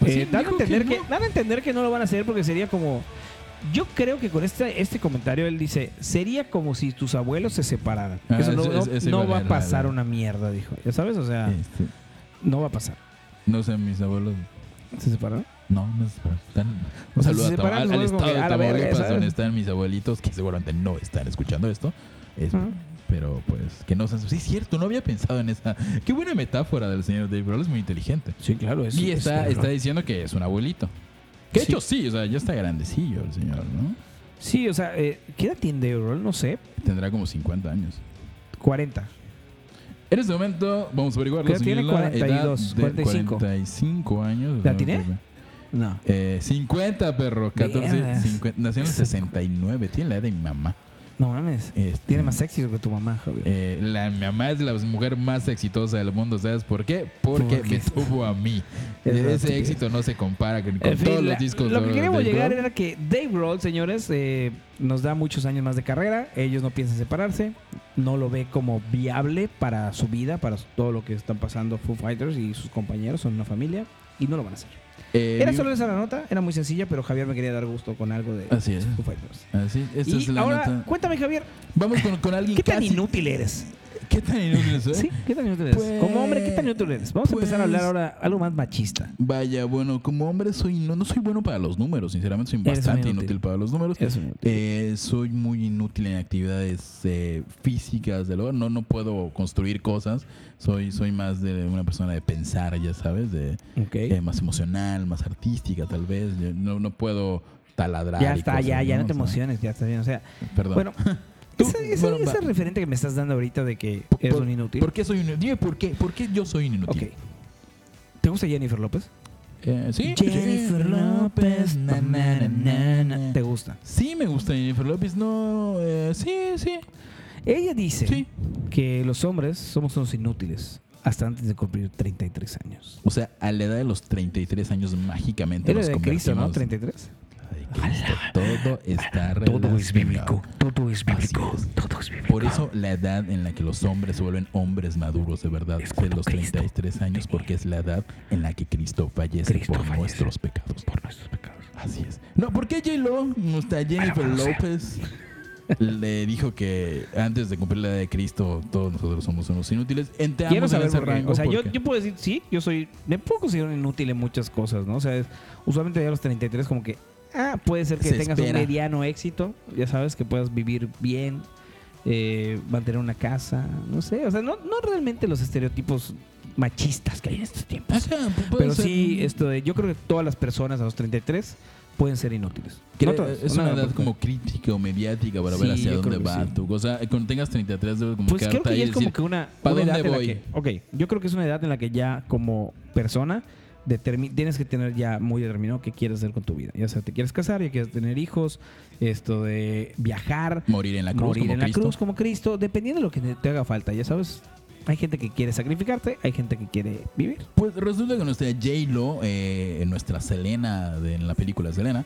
pues Eh, sí, dan, a dijo entender no. que, dan a entender que no lo van a hacer porque sería como. Yo creo que con este, este comentario él dice: sería como si tus abuelos se separaran. Ah, eso no, eso- no- eso- eso no iba a va a leer, pasar ¿verdad? una mierda, dijo. ¿Ya sabes? O sea, Este, no va a pasar. no sé, mis abuelos. ¿Se separaron? No, no se separaron. Están- O Un sea, saludo se a Tama- separan, al, supongo estado que de a la verga, Tamaulipas, ¿sabes? donde están mis abuelitos, que seguramente no están escuchando esto. Es- Ajá. Pero pues, que no sean. Sí, es cierto, no había pensado en esa. Qué buena metáfora del señor Dave Grohl, es muy inteligente. Sí, claro. y está, este, está diciendo que es un abuelito. Que de hecho sí, o sea, ya está grandecillo el señor, ¿no? Sí, o sea, eh, ¿qué edad tiene Dave Grohl? No sé. Tendrá como 50 años. 40. En este momento vamos a averiguarlo. ¿Qué edad tiene? señor, la 42, edad de 45. 45 años. ¿La No, tiene? creo No. que- Eh, 50, perro. 14, Vergas. 50, nació en el 69. Tiene la edad de mi mamá. No mames. Este, Tiene más éxito que tu mamá, Javier. eh, la, mi mamá es la mujer más exitosa del mundo, ¿sabes por qué? Porque Porque me es- tuvo a mí. (laughs) Es verdad, Ese sí. éxito no se compara con, con En fin, todos la- los discos. lo que de- queríamos de llegar Grohl. era que Dave Grohl, señores, eh, nos da muchos años más de carrera. Ellos no piensan separarse. No lo ve como viable para su vida, para todo lo que están pasando Foo Fighters y sus compañeros. Son una familia y no lo van a hacer. Eh, Era vi- solo esa la nota. Era muy sencilla, pero Javier me quería dar gusto con algo de Así es. Foo Fighters. Así, esta y es la ahora, nota. cuéntame, Javier, Vamos con, con alguien ¿qué tan casi- inútil eres? ¿Qué tan inútil soy? (laughs) Sí, ¿qué tan inútil eres? Pues- Como hombre, ¿qué tan inútil eres? Vamos a empezar a hablar pues- ahora algo más machista. Vaya, bueno, como hombre soy no, no soy bueno para los números, sinceramente soy Eres un bastante inútil. inútil. para los números. Eres un inútil. Eh, soy muy inútil en actividades eh, físicas del hogar, no no puedo construir cosas. Soy soy más de una persona de pensar, ya sabes, de Ok. eh, más emocional, más artística tal vez. Yo no, no puedo taladrar. ya y está, cosas, ya, ya no, te O sea, emociones, ya está bien. O sea, Perdón. bueno, Tú- ese, ese- bueno, ese va. referente que me estás dando ahorita de que Por- eres por- un inútil. ¿Por qué soy inútil? Dime por qué, por qué yo soy inútil. Ok. ¿Te gusta Jennifer López? Eh, sí. na, na, na, na. ¿Te gusta? Sí, me gusta Jennifer López. No, eh, sí, sí. Ella dice Sí. que los hombres somos unos inútiles hasta antes de cumplir 33 años. O sea, a la edad de los 33 años mágicamente Era nos de Cristo, ¿no? convertimos. 33. Ay, Cristo, todo está Todo es bíblico, relacionado. todo es bíblico, Así es. todo es bíblico. Por eso la edad en la que los hombres se vuelven hombres maduros de verdad es de cuando los Cristo 33 años porque es la edad en la que Cristo fallece Cristo por fallece nuestros pecados. Por nuestros pecados. Así es. No, ¿por qué J-Lo, nuestra Jennifer Ah, Alabado sea. López, le dijo que antes de cumplir la edad de Cristo todos nosotros somos unos inútiles? Entramos Quiero saber en ese por qué. rango O sea, yo, porque- yo puedo decir, sí, yo soy. Me puedo considerar inútil en muchas cosas, ¿no? O sea, es- usualmente ya a los 33, como que. Ah, puede ser que Se tengas espera. un mediano éxito. Ya sabes, que puedas vivir bien, eh, mantener una casa, no sé. O sea, no, no realmente los estereotipos machistas que hay en estos tiempos. O sea, pu- puede Pero ser- sí, esto de. Yo creo que todas las personas a los 33 pueden ser inútiles. Creo- No todas, es una no, edad porque- como crítica o mediática para ver Sí, hacia yo dónde creo que va sí. tu. O sea, cuando tengas 33 debes como Pues creo quedarte que ahí ya y es como decir, que una, ¿pa' una edad dónde voy? en la que, ok, yo creo que es una edad en la que ya como persona determi- tienes que tener ya muy determinado qué quieres hacer con tu vida. Ya sea, te quieres casar, ya quieres tener hijos, esto de viajar, morir en la cruz morir como en Cristo. la cruz como Cristo, dependiendo de lo que te haga falta, ya sabes. Hay gente que quiere sacrificarte, hay gente que quiere vivir. Pues resulta que nuestra J-Lo, eh, nuestra Selena de, en la película Selena,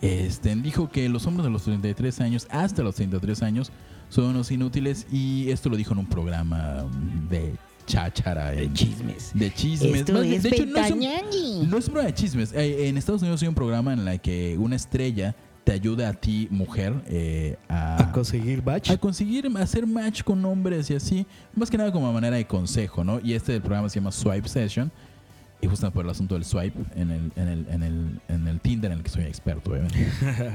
este, dijo que los hombres de los 33 años hasta los 33 años son unos inútiles y esto lo dijo en un programa de cháchara. De chismes. De chismes. Esto Más bien, es de hecho, no es un- Ventañangi. No es prueba de chismes. Eh, en Estados Unidos hay un programa en el que una estrella te ayuda a ti, mujer, eh, a, conseguir batch. a conseguir hacer match con hombres y así. Más que nada como a manera de consejo, ¿no? Y este del programa se llama Swipe Session. Y justo por el asunto del swipe en el, en el, en el, en el Tinder, en el que soy experto, (laughs) obviamente.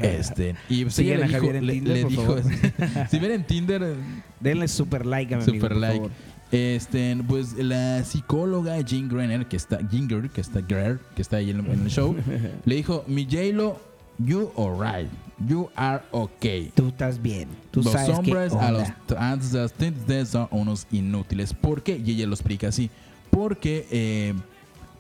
Este, y pues Sigan ella le a dijo- Javier en le- Tinder, le (laughs) por dijo- favor. si ven en Tinder, eh, Denle super like a mi Super amigo, por like. favor. Este, pues la psicóloga Jean Grener, que está, Ginger, que está Greer, que está ahí en, en el (laughs) show, le dijo, mi J-Lo, you alright, you are okay. Tú estás bien. Tú los sabes qué hombres a onda. los antes de los 30 son unos inútiles. ¿Por qué? Y ella lo explica así. Porque eh,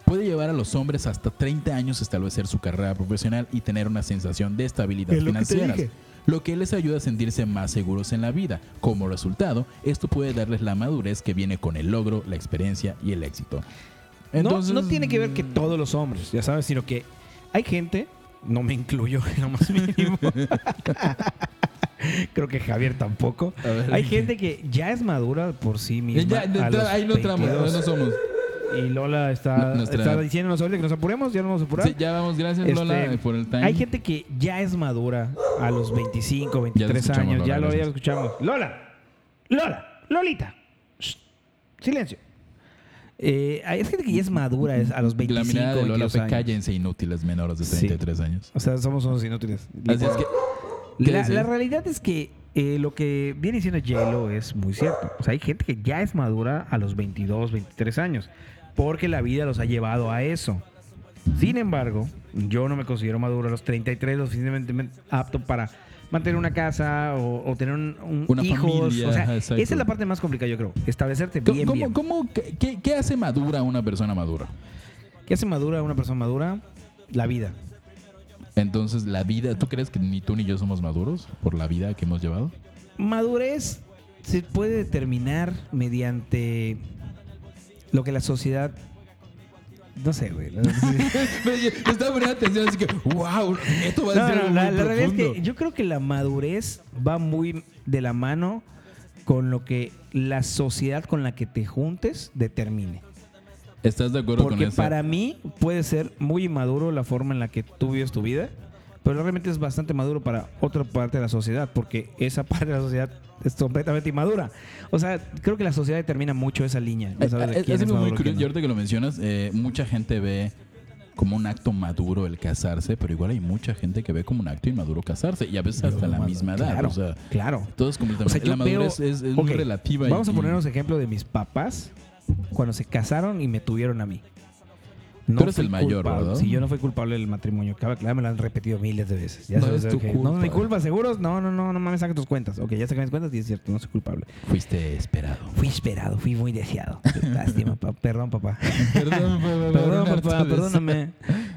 puede llevar a los hombres hasta 30 años establecer su carrera profesional y tener una sensación de estabilidad Es lo que te financiera. dije. Lo que les ayuda a sentirse más seguros en la vida. Como resultado, esto puede darles la madurez que viene con el logro, la experiencia y el éxito. No- no, tiene que ver que todos los hombres, ya sabes, sino que hay gente, no me incluyo en lo más mínimo. (laughs) Creo que Javier tampoco. A ver. Hay gente que ya es madura por sí Ya, misma. ya, a los ahí no entramos, 22. no somos. Y Lola está, No- nuestra- está diciéndonos ahorita que nos apuremos, ya nos vamos a apurar. Sí, ya vamos, gracias Este, Lola por el time. Hay gente que ya es madura a los 25, 23 escuchamos, años. Lola, ya lo gracias. ya lo escuchamos. Lola, Lola, Lolita. Shh. Silencio. Eh, hay gente que ya es madura es- a los 25, La mirada de Lola 22 fue años. cállense inútiles menores de Sí. 33 años. O sea, somos unos inútiles. Así es que, ¿qué la, decir? la realidad es que eh, lo que viene diciendo Yelo es muy cierto. O sea, hay gente que ya es madura a los 22, 23 años, porque la vida los ha llevado a eso. Sin embargo, yo no me considero maduro a los 33, lo suficientemente apto para mantener una casa o, o tener un, un Una hijos. familia, o sea, ajá, esa exacto. es la parte más complicada, yo creo. Establecerte ¿Cómo- bien, cómo- bien. cómo- qué- qué, qué hace madura a una persona madura? ¿Qué hace madura a una persona madura? La vida. Entonces, la vida, ¿tú crees que ni tú ni yo somos maduros por la vida que hemos llevado? (laughs) Madurez se puede determinar mediante lo que la sociedad. No sé, güey. (laughs) La- Pero yo estaba poniendo atención, así que, wow, esto va a No, ser no, algo la, muy la realidad es profundo. que yo creo que la madurez va muy de la mano con lo que la sociedad con la que te juntes determine. ¿Estás de acuerdo con Porque eso? Eh, para mí puede ser muy inmaduro la forma en la que tú vives tu vida, pero realmente es bastante maduro para otra parte de la sociedad, porque esa parte de la sociedad es completamente inmadura. O sea, creo que la sociedad determina mucho esa línea. Eh, ya sabes, de eh, quién es es algo muy maduro, quién curioso, y no. ahorita que lo mencionas, eh, mucha gente ve como un acto maduro el casarse, pero igual hay mucha gente que ve como un acto inmaduro casarse, y a veces hasta la misma edad. Claro, o sea, claro. Todo es O completamente. sea, yo la madurez veo- es, es ok, muy relativa. y- Vamos a y- ponernos ejemplo de mis papás cuando se casaron y me tuvieron a mí. Tú eres fui el mayor, culpable. ¿verdad? Sí, yo no fui culpable del matrimonio. Cabe aclarar, me lo han repetido miles de veces. Ya No sabes, es tu ok. culpa. No es mi culpa, ¿seguros? No, no, no, no mames, saca tus cuentas. Ok, ya saqué mis cuentas y es cierto, no soy culpable. Fuiste esperado. Fui esperado, fui (laughs) muy deseado. Lástima, pa- perdón, papá. (laughs) Perdón, Perdón, papá, perdóname.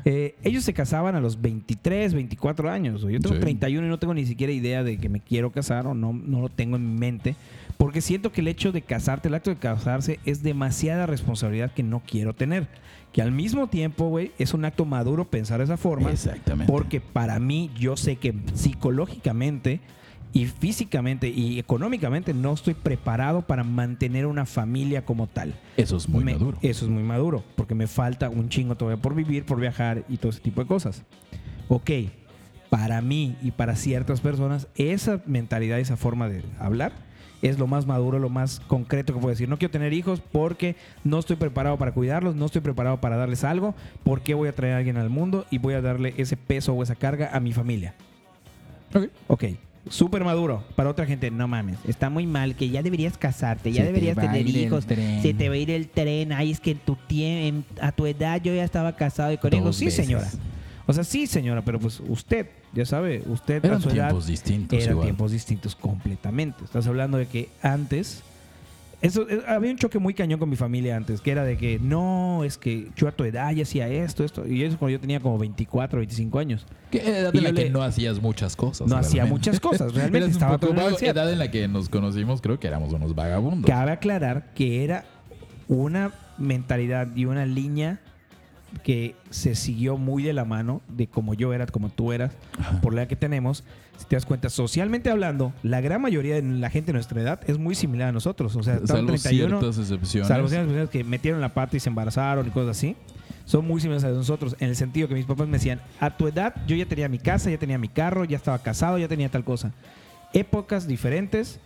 Eh, ellos se casaban a los 23, 24 años. güey. Yo tengo Sí. 31 y no tengo ni siquiera idea de que me quiero casar o no, no lo tengo en mi mente. Porque siento que el hecho de casarte, el acto de casarse, es demasiada responsabilidad que no quiero tener. Que al mismo tiempo, güey, es un acto maduro pensar de esa forma. Exactamente. Porque para mí, yo sé que psicológicamente y físicamente y económicamente no estoy preparado para mantener una familia como tal. Eso es muy Me- maduro. Eso es muy maduro, porque me falta un chingo todavía por vivir, por viajar y todo ese tipo de cosas. Ok, para mí y para ciertas personas, esa mentalidad, esa forma de hablar es lo más maduro, lo más concreto que puedo decir. No quiero tener hijos porque no estoy preparado para cuidarlos, no estoy preparado para darles algo, porque voy a traer a alguien al mundo y voy a darle ese peso o esa carga a mi familia. Ok. Ok. Súper maduro. Para otra gente, no mames. Está muy mal que ya deberías casarte, ya Se te deberías va a tener ir el hijos. tren. Este Se te va a ir el tren. Ay, es que en tu tie- en- a tu edad yo ya estaba casado y con Dos hijos. Sí, veces. señora. O sea, sí, señora, pero pues usted, ya sabe, usted a Eran su edad tiempos distintos. eran igual. tiempos distintos completamente. Estás hablando de que antes. Eso, eh, había un choque muy cañón con mi familia antes, que era de que no, es que yo a tu edad ya hacía esto, esto. Y eso cuando yo tenía como 24, 25 años. Que edad Y en la yo que le- no hacías muchas cosas. No hacía realmente. (laughs) muchas cosas, realmente Eras un estaba poco con la vago. universidad. edad en la que nos conocimos, creo que éramos unos vagabundos. Cabe aclarar que era una mentalidad y una línea que se siguió muy de la mano de como yo era, como tú eras, por la edad que tenemos. Si te das cuenta, socialmente hablando, la gran mayoría de la gente de nuestra edad es muy similar a nosotros. O sea, están Salvo 31, ciertas excepciones. salvo ciertas personas que metieron la pata y se embarazaron y cosas así. Son muy similares a nosotros, en el sentido que mis papás me decían, a tu edad yo ya tenía mi casa, ya tenía mi carro, ya estaba casado, ya tenía tal cosa. Épocas diferentes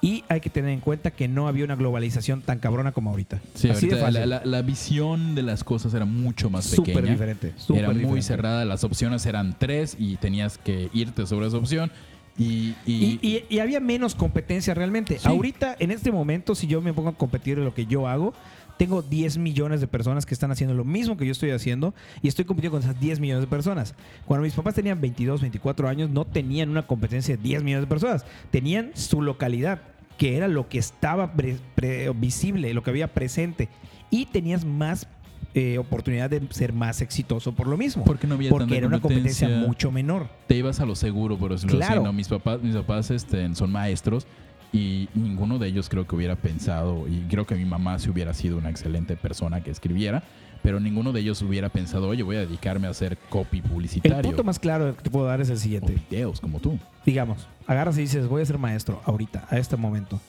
y hay que tener en cuenta que no había una globalización tan cabrona como ahorita. Sí, así de ahorita la, fácil. la- la visión de las cosas era mucho más Súper pequeña. diferente, súper era muy diferente. cerrada, las opciones eran tres y tenías que irte sobre esa opción. Y, Y, y- y- y había menos competencia realmente. Sí. Ahorita, en este momento, si yo me pongo a competir en lo que yo hago, tengo 10 millones de personas que están haciendo lo mismo que yo estoy haciendo y estoy compitiendo con esas 10 millones de personas. Cuando mis papás tenían 22, 24 años, no tenían una competencia de 10 millones de personas. Tenían su localidad, que era lo que estaba pre- pre- visible, lo que había presente. Y tenías más eh, oportunidad de ser más exitoso por lo mismo. Porque no había tanta Porque era una competencia competencia. mucho menor. te ibas a lo seguro, por decirlo Claro. así. ¿no? Mis papás, mis papás este, son maestros y ninguno de ellos creo que hubiera pensado, y creo que mi mamá si hubiera sido una excelente persona que escribiera, pero ninguno de ellos hubiera pensado, oye, voy a dedicarme a hacer copy El publicitario. punto más claro que te puedo dar es el o siguiente. videos como tú. digamos, agarras y dices, voy a ser maestro ahorita, a este momento.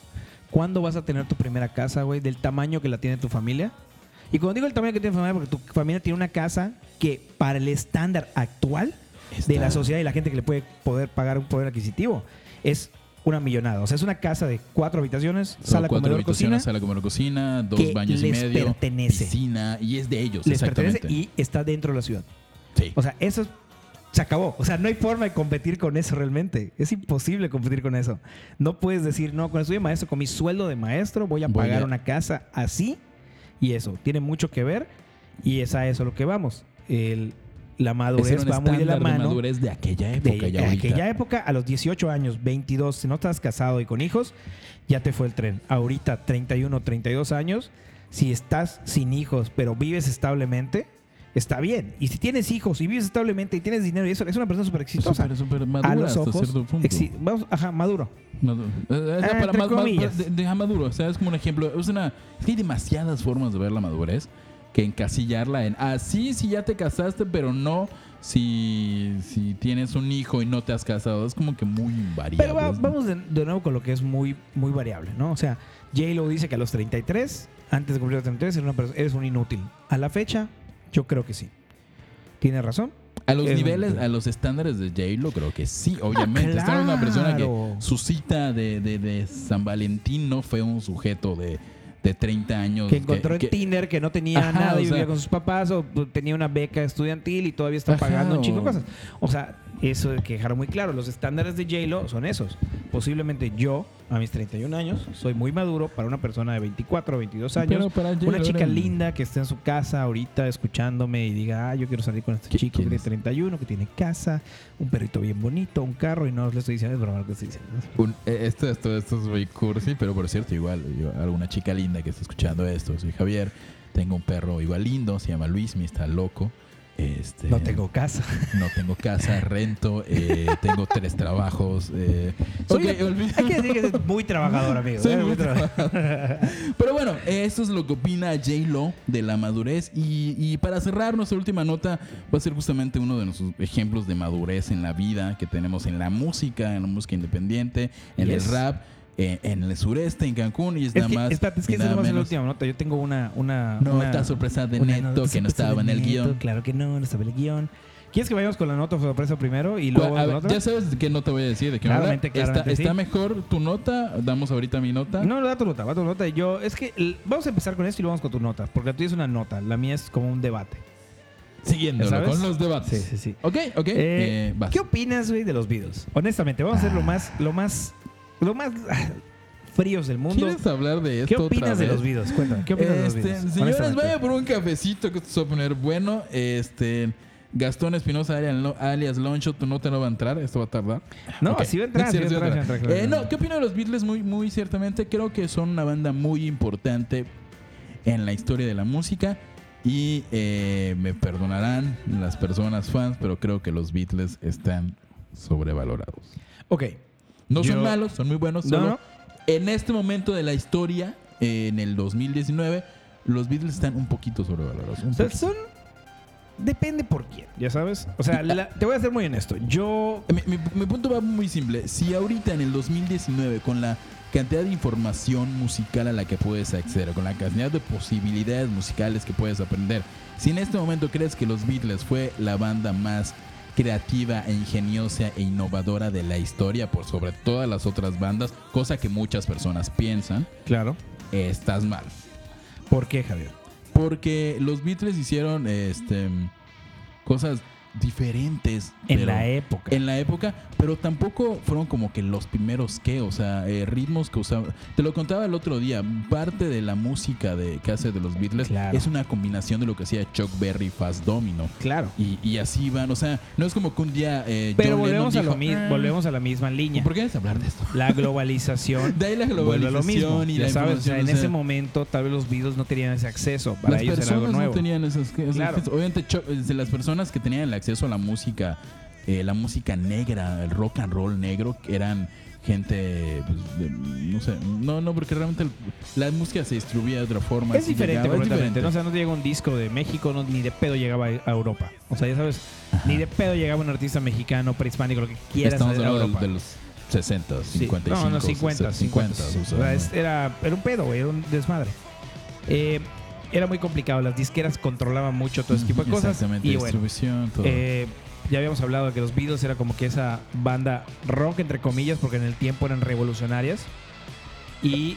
¿Cuándo vas a tener tu primera casa, güey? Del tamaño que la tiene tu familia. Y cuando digo el tamaño que tiene tu familia, porque tu familia tiene una casa que para el estándar actual de la Está- sociedad y la gente que le puede poder pagar un poder adquisitivo, es una millonada. O sea, es una casa de cuatro habitaciones, Son sala, cuatro comedor, cocina, habitaciones, sala, comedor, cocina, dos que baños y les medio, pertenece. piscina, y es de ellos, les exactamente. pertenece y está dentro de la ciudad. Sí. O sea, eso se acabó. O sea, no hay forma de competir con eso realmente. Es imposible competir con eso. No puedes decir, no, cuando estudié maestro, con mi sueldo de maestro voy a Voy pagar a- una casa así y eso. Tiene mucho que ver y es a eso lo que vamos. El, la Ese madurez era un va muy de la estándar de mano. madurez de aquella de época ya ahorita. aquella época, a los 18 años, 22, si no estás casado y con hijos, ya te fue el tren. Ahorita, 31, 32 años, si estás sin hijos, pero vives establemente, está bien. Y si tienes hijos y vives establemente y tienes dinero y eso, es una persona súper exitosa. Súper, súper madura a los hasta ojos, cierto punto. exi- vamos, ajá, maduro. Maduro. Eh, es la Ah, palabra entre más- más- comillas. de- de- ajá, maduro. O sea, es como un ejemplo. Es, una, es que hay demasiadas formas de ver la madurez que encasillarla en así sí, si ya te casaste, pero no si, si tienes un hijo y no te has casado. Es como que muy invariable. Pero va- Es- vamos de, de nuevo con lo que es muy, muy variable, ¿no? O sea, J-Lo dice que a los 33, antes de cumplir los 33, eres, una persona- eres un inútil. A la fecha, yo creo que sí. Tiene razón. A los es- niveles, a los estándares de J-Lo, creo que sí, obviamente. Está una persona que ¡Ah, claro. su cita de, de- de San Valentín no fue un sujeto de, de 30 años. que encontró que- en Tinder que no tenía Ajá, nada y o sea- vivía con sus papás o pues, tenía una beca estudiantil y todavía está Ajá, pagando un chingo de o- cosas. O sea, eso hay que dejar muy claro. Los estándares de J-Lo son esos. Posiblemente yo, a mis 31 años, soy muy maduro para una persona de 24 22 años. Pero para J.Lo una chica era- linda que esté en su casa ahorita escuchándome y diga, ah, yo quiero salir con este ¿Qui- chico que quién tiene es? 31, que tiene casa, un perrito bien bonito, un carro y no le estoy diciendo, es broma lo que estoy diciendo. Un- eh, esto, esto, esto es muy cursi, pero por cierto, igual, yo- alguna chica linda que está escuchando esto, soy Javier, tengo un perro igual lindo, se llama Luis, me está loco. Este, No tengo (laughs) casa. no tengo casa, rento, eh, tengo tres trabajos. eh. Soy- Ok, olvida- Hay que decir que es muy trabajador, amigo. Soy ¿eh? muy trabajador. Pero bueno, eso es lo que opina J-Lo de la madurez. Y, y para cerrar, nuestra última nota va a ser justamente uno de nuestros ejemplos de madurez en la vida que tenemos en la música, en la música independiente, en Yes. el rap, eh, en el sureste, en Cancún. Y es, Es nada que, más. espérate, es que y esa nada nomás es la menos última nota. Yo tengo una. una Nota una- sorpresa de una Neto nota que no sorpresa estaba de en el Neto, guión. Claro que no, no estaba en el guión. ¿Quieres que vayamos con la nota sorpresa primero y luego A con la ver, otra? ya sabes de qué nota voy a decir, de qué hablar. Claramente, claramente, está, está sí. mejor tu nota, damos ahorita mi nota. No, no, da tu nota, va tu nota. Yo, es que l- vamos a empezar con esto y luego vamos con tu nota. Porque la tuya es una nota, la mía es como un debate. Siguiéndolo ¿Sabes? con los Sí, debates. sí, sí. Ok, ok. Eh, eh, vas. ¿Qué opinas, güey, de los Beatles? Honestamente, vamos a ser lo más, lo más, lo más ah, fríos del mundo. ¿Quieres hablar de esto? ¿Qué otra opinas de vez? los Beatles? Cuéntame, ¿qué opinas de los Este, Beatles? Señores, Honestamente. vaya por un cafecito que esto se va a poner bueno. Este, Gastón Espinosa alias- alias Loncho, tu nota no va a entrar, esto va a tardar. No, Ok. sí va a entrar, Es sí va a cierto, entrar, sí va a entrar, Eh, claro. No, ¿qué opino de los Beatles? Muy, muy ciertamente, creo que son una banda muy importante en la historia de la música. Y eh, me perdonarán las personas fans, pero creo que los Beatles están sobrevalorados. Ok, No Yo- son malos, son muy buenos. No, Solo no. En este momento de la historia, en el 2019, los Beatles están un poquito sobrevalorados. un O sea, poquito. son. Depende por quién, ya sabes. O sea, la- te voy a ser muy honesto. Yo. Mi, mi- mi punto va muy simple. Si ahorita en el 2019, con la cantidad de información musical a la que puedes acceder, con la cantidad de posibilidades musicales que puedes aprender, si en este momento crees que los Beatles fue la banda más creativa e ingeniosa e innovadora de la historia por sobre todas las otras bandas, cosa que muchas personas piensan, Claro. estás mal. ¿Por qué, Javier? Porque los Beatles hicieron este cosas diferentes. En pero- la época. En la época, pero tampoco fueron como que los primeros que, o sea, eh, ritmos que usaban. Te lo contaba el otro día, parte de la música de, que hace de los Beatles Claro. es una combinación de lo que hacía Chuck Berry, Fast Domino. Claro. Y, y así van, o sea, no es como que un día... eh, Pero John Lennon volvemos a, lo dijo, mi- "Ah, volvemos a la misma línea. ¿Por qué debes hablar de esto? (laughs) La globalización. De ahí la vuelve a globalización lo mismo. y ya la sabes, o sea, en información, o ese sea, momento tal vez los Beatles no tenían ese acceso. Para las ellos era algo personas nuevo. no tenían esas, esas- Claro. esas- obviamente cho- de las personas que tenían el acceso a la música eh, la música negra el rock and roll negro que eran gente pues, de- no sé no no porque realmente el- la música se distribuía de otra forma Es así diferente llegaba, es completamente. diferente. ¿no? O sea, no llega un disco de México, no, ni de pedo llegaba a Europa. O sea, ya sabes, ni (laughs) de pedo llegaba un artista mexicano, prehispánico, lo que quieras estamos a hablando Europa. de, de los 60 Sí. 55 No, no, 50, 50. 50, o sea, O sea, no. es- era, era un pedo, güey, era un desmadre. Eh, era muy complicado, las disqueras controlaban mucho todo ese tipo de cosas. Exactamente, Y bueno, distribución todo. eh, ya habíamos hablado de que los Beatles era como que esa banda rock, entre comillas, porque en el tiempo eran revolucionarias. Y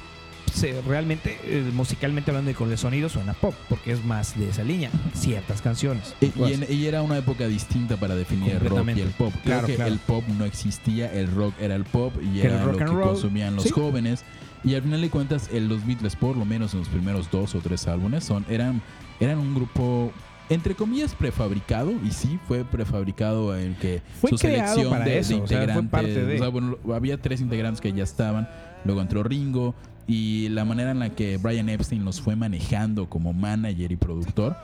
se- realmente, eh, musicalmente hablando y con el sonido, suena pop, porque es más de esa línea, ciertas canciones. Eh, Y, y en- y era una época distinta para definir el rock y Pues. Completamente. el pop. Creo Claro, que claro. el pop no existía, el rock era el pop y Que el era rock lo que and roll, consumían los sí. jóvenes. Y al final de cuentas, el- los Beatles, por lo menos en los primeros dos o tres álbumes, son, eran, eran un grupo entre comillas prefabricado y sí fue prefabricado en que Fue su creado selección para de, de eso, o sea, integrantes fue parte de. o sea, bueno, lo- había tres integrantes que ya estaban luego entró Ringo y la manera en la que Brian Epstein los fue manejando como manager y productor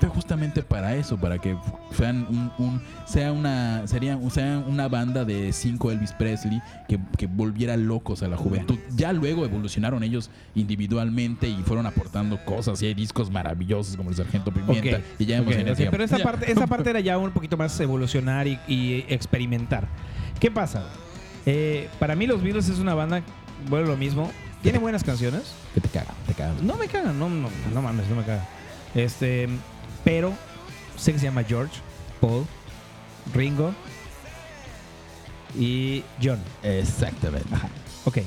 fue justamente para eso, para que sean un, un- sea una sería sea una banda de cinco Elvis Presley que, que volviera locos a la juventud. Ya luego evolucionaron ellos individualmente y fueron aportando cosas y hay discos maravillosos como el Sargento Pimienta Ok, y ya hemos ok, en ese ok, Pero esa Ya. parte, esa parte era ya un poquito más evolucionar y, y experimentar. ¿Qué pasa? Eh, para mí los Beatles es una banda, bueno, lo mismo. Tiene buenas canciones. que te caga, te caga. No me cagan, no, no, no mames, no me cagan. Este, pero sé que se llama George, Paul, Ringo y John. Exactamente. Ok.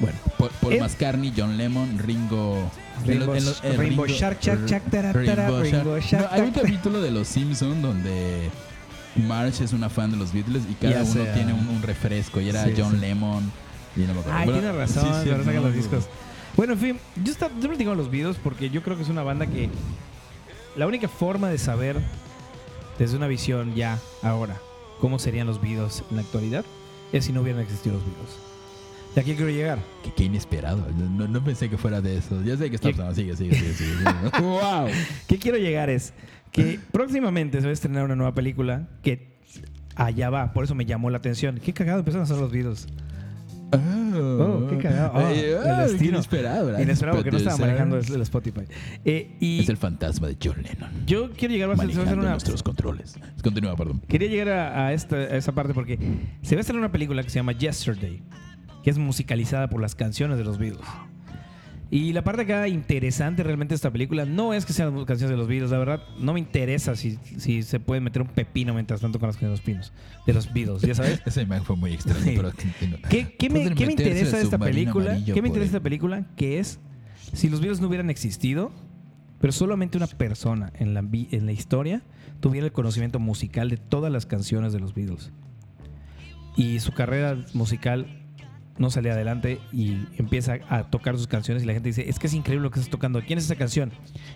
Bueno. Paul, Paul Es- McCartney, John Lemon, Ringo. Rainbow- en los- en los- Rainbow eh, Ringo- Shark, Shark, Shark, tara, tara, Rainbow Rainbow Shark. Shark, No, hay un tara. capítulo de Los Simpsons donde Marge es una fan de los Beatles y cada Ya uno sea. tiene un, un refresco. Y era Sí, John sí. Lemon. Y no me acuerdo. Ay, Pero- tienes razón, sí, sí, pero sacan no, los discos. Bueno, en fin, yo, está, yo platico los videos porque yo creo que es una banda que la única forma de saber desde una visión ya, ahora, cómo serían los videos en la actualidad es si no hubieran existido los videos. ¿De aquí quiero llegar? Qué, qué inesperado. No, no pensé que fuera de eso. Ya sé que está ¿Qué- pasando. Sigue, sigue, sigue. sigue, sigue. (laughs) (laughs) ¡Wow! ¿Qué quiero llegar es (clears throat) que próximamente se va a estrenar una nueva película que allá va, por eso me llamó la atención. Qué cagado empezaron a hacer los videos. Oh, qué cagado. Oh, Ay, el ay, qué destino. inesperado. ¿verdad? Inesperado porque no estaba Puede ser. manejando el el Spotify. Eh, y Es el fantasma de John Lennon. yo quiero llegar más a hacer manejando una, nuestros controles. Continúa, perdón. Quería llegar a, a esta, a esa parte porque se va a hacer una película que se llama Yesterday, que es musicalizada por las canciones de los Beatles. Y la parte acá interesante realmente de esta película no es que sean las canciones de los Beatles, la verdad no me interesa si, si se puede meter un pepino mientras tanto con las canciones de los pinos, de los Beatles, ya sabes. Esa imagen fue muy extraña, Sí. pero continúa. ¿Qué, qué me, Pueden qué me meterse interesa de al esta submarino película? amarillo ¿Qué por me interesa de esta el- película? Que es si los virus no hubieran existido, pero solamente una persona en la, vi- en la historia tuviera el conocimiento musical de todas las canciones de los Beatles. Y su carrera musical no sale adelante y empieza a tocar sus canciones y la gente dice, es que es increíble lo que estás tocando, ¿quién es esa canción?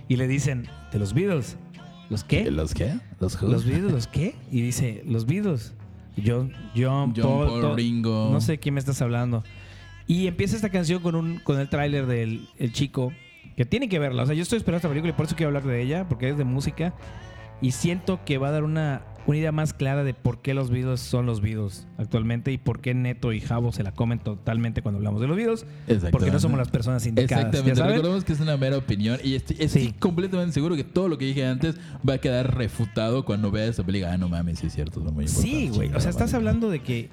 Y le dicen, de los Beatles. ¿Los qué? ¿Los qué? ¿Los Who? ¿Los Beatles? ¿Los qué? Y dice, los Beatles. John, John John, Paul, Paul, todo- Ringo. no sé de quién me estás hablando. Y empieza esta canción con un con el tráiler del el chico que tiene que verla. O sea, yo estoy esperando esta película y por eso quiero hablar de ella, porque es de música. Y siento que va a dar una, una idea más clara de por qué los Beatles son los Beatles actualmente y por qué Neto y Javo se la comen totalmente cuando hablamos de los Beatles. Exactamente. Porque no somos las personas indicadas. ¿ya Exactamente. saben? Recordemos que es una mera opinión y estoy, estoy Sí. completamente seguro que todo lo que dije antes va a quedar refutado cuando vea esa película. Ah, no mames, sí es cierto. son muy Sí, importantes, güey. O chingada sea, estás madre. hablando de que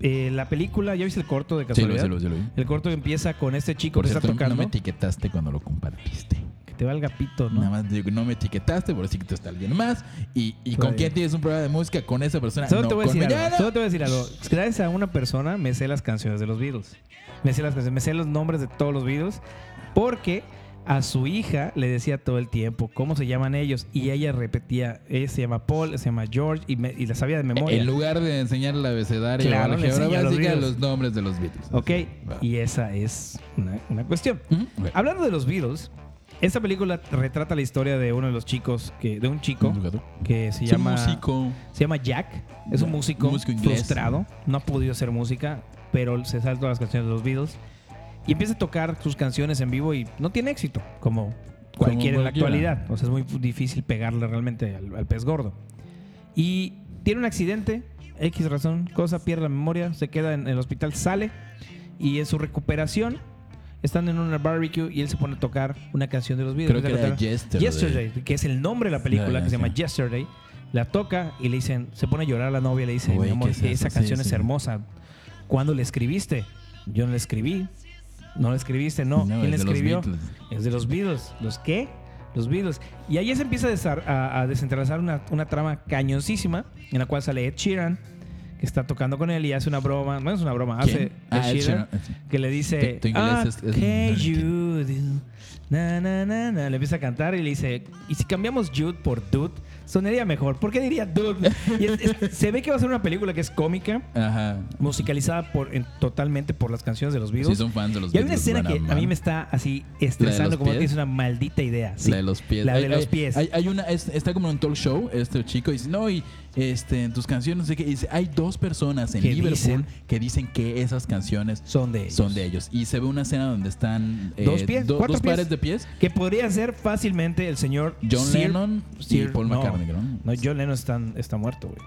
eh, la película, ¿ya viste el corto de Sí, lo vi, casualidad? sí, lo vi, sí, lo vi. El corto empieza con este chico Por que cierto, está tocando. no me etiquetaste cuando lo compartiste. que te valga pito, ¿no? Nada más digo, no me etiquetaste, por decir que tú estás alguien más. ¿Y, y con Está quién bien. tienes un programa de música? Con esa persona. Pues Solo, no, te voy a con decir Millana. algo, solo te voy a decir algo. Gracias a una persona me sé las canciones de los Beatles. Me sé las canciones, me sé los nombres de todos los Beatles porque a su hija le decía todo el tiempo cómo se llaman ellos y ella repetía, ella se llama Paul, se llama George y, me- y la sabía de memoria. En lugar de enseñar el abecedario, Claro, la le álgebra enseña los básica, Beatles. los nombres de los Beatles. ok, Va. y ah, esa es una, una cuestión. Ujú, ok. Hablando de los Beatles, esta película retrata la historia de uno de los chicos, que, de un chico Un jugador. que se Es un llama... músico. Se llama Jack, es un Ya, músico, músico inglés. frustrado, no ha podido hacer música, pero se salta las canciones de los Beatles y empieza a tocar sus canciones en vivo y no tiene éxito, como cualquiera en la cualquiera. actualidad. O sea, es muy difícil pegarle realmente al, al pez gordo. Y tiene un accidente, X razón, cosa, pierde la memoria, se queda en el hospital, sale y en su recuperación están en una barbecue y él se pone a tocar una canción de los Beatles. Creo que era Yesterday. Yesterday, que es el nombre de la película, Ya, que se ya. llama Yesterday. La toca y le dicen, se pone a llorar la novia, le dice, Güey, mi amor, ¿qué es eso? esa Sí, canción sí. es hermosa. ¿Cuándo la escribiste? Yo no la escribí. No la escribiste, no. No, ¿Quién la es de los escribió? Beatles. Es de los Beatles. ¿Los qué? Los Beatles. Y ahí se empieza a, desar- a- a desentrezar una, una trama cañoncísima en la cual sale Ed Sheeran, que está tocando con él y hace una broma. No es una broma, hace Ed ¿Quién? Ah, Ed Sheeran, Sheeran. que le dice, Tu- tu inglés ah, es- es- hey Jude, na, na, na, na. le empieza a cantar y le dice, y si cambiamos Jude por Dude, sonaría mejor. ¿Por qué diría Dude? Y es- es- se ve que va a ser una película que es cómica, Ajá. musicalizada por, en- totalmente por las canciones de los Si Beatles. son fans de los y hay una Beatles, escena van que a amar. mí me está así estresando, como pies? que es una maldita idea. Sí. La de los pies. La Hay- de los hay- pies. Hay, hay una, es- está como en un talk show, este chico dice, no, y este, en tus canciones, no sé qué, y dice, hay dos personas en Que Liverpool dicen- que dicen que esas canciones son de son de ellos. Y se ve una escena donde están eh, Dos pies, cuatro dos pies. pares de pies. Que podría ser fácilmente el señor John Sir- Lennon y Sir- Paul no. McCartney, ¿no? No, John Lennon está, está muerto, güey.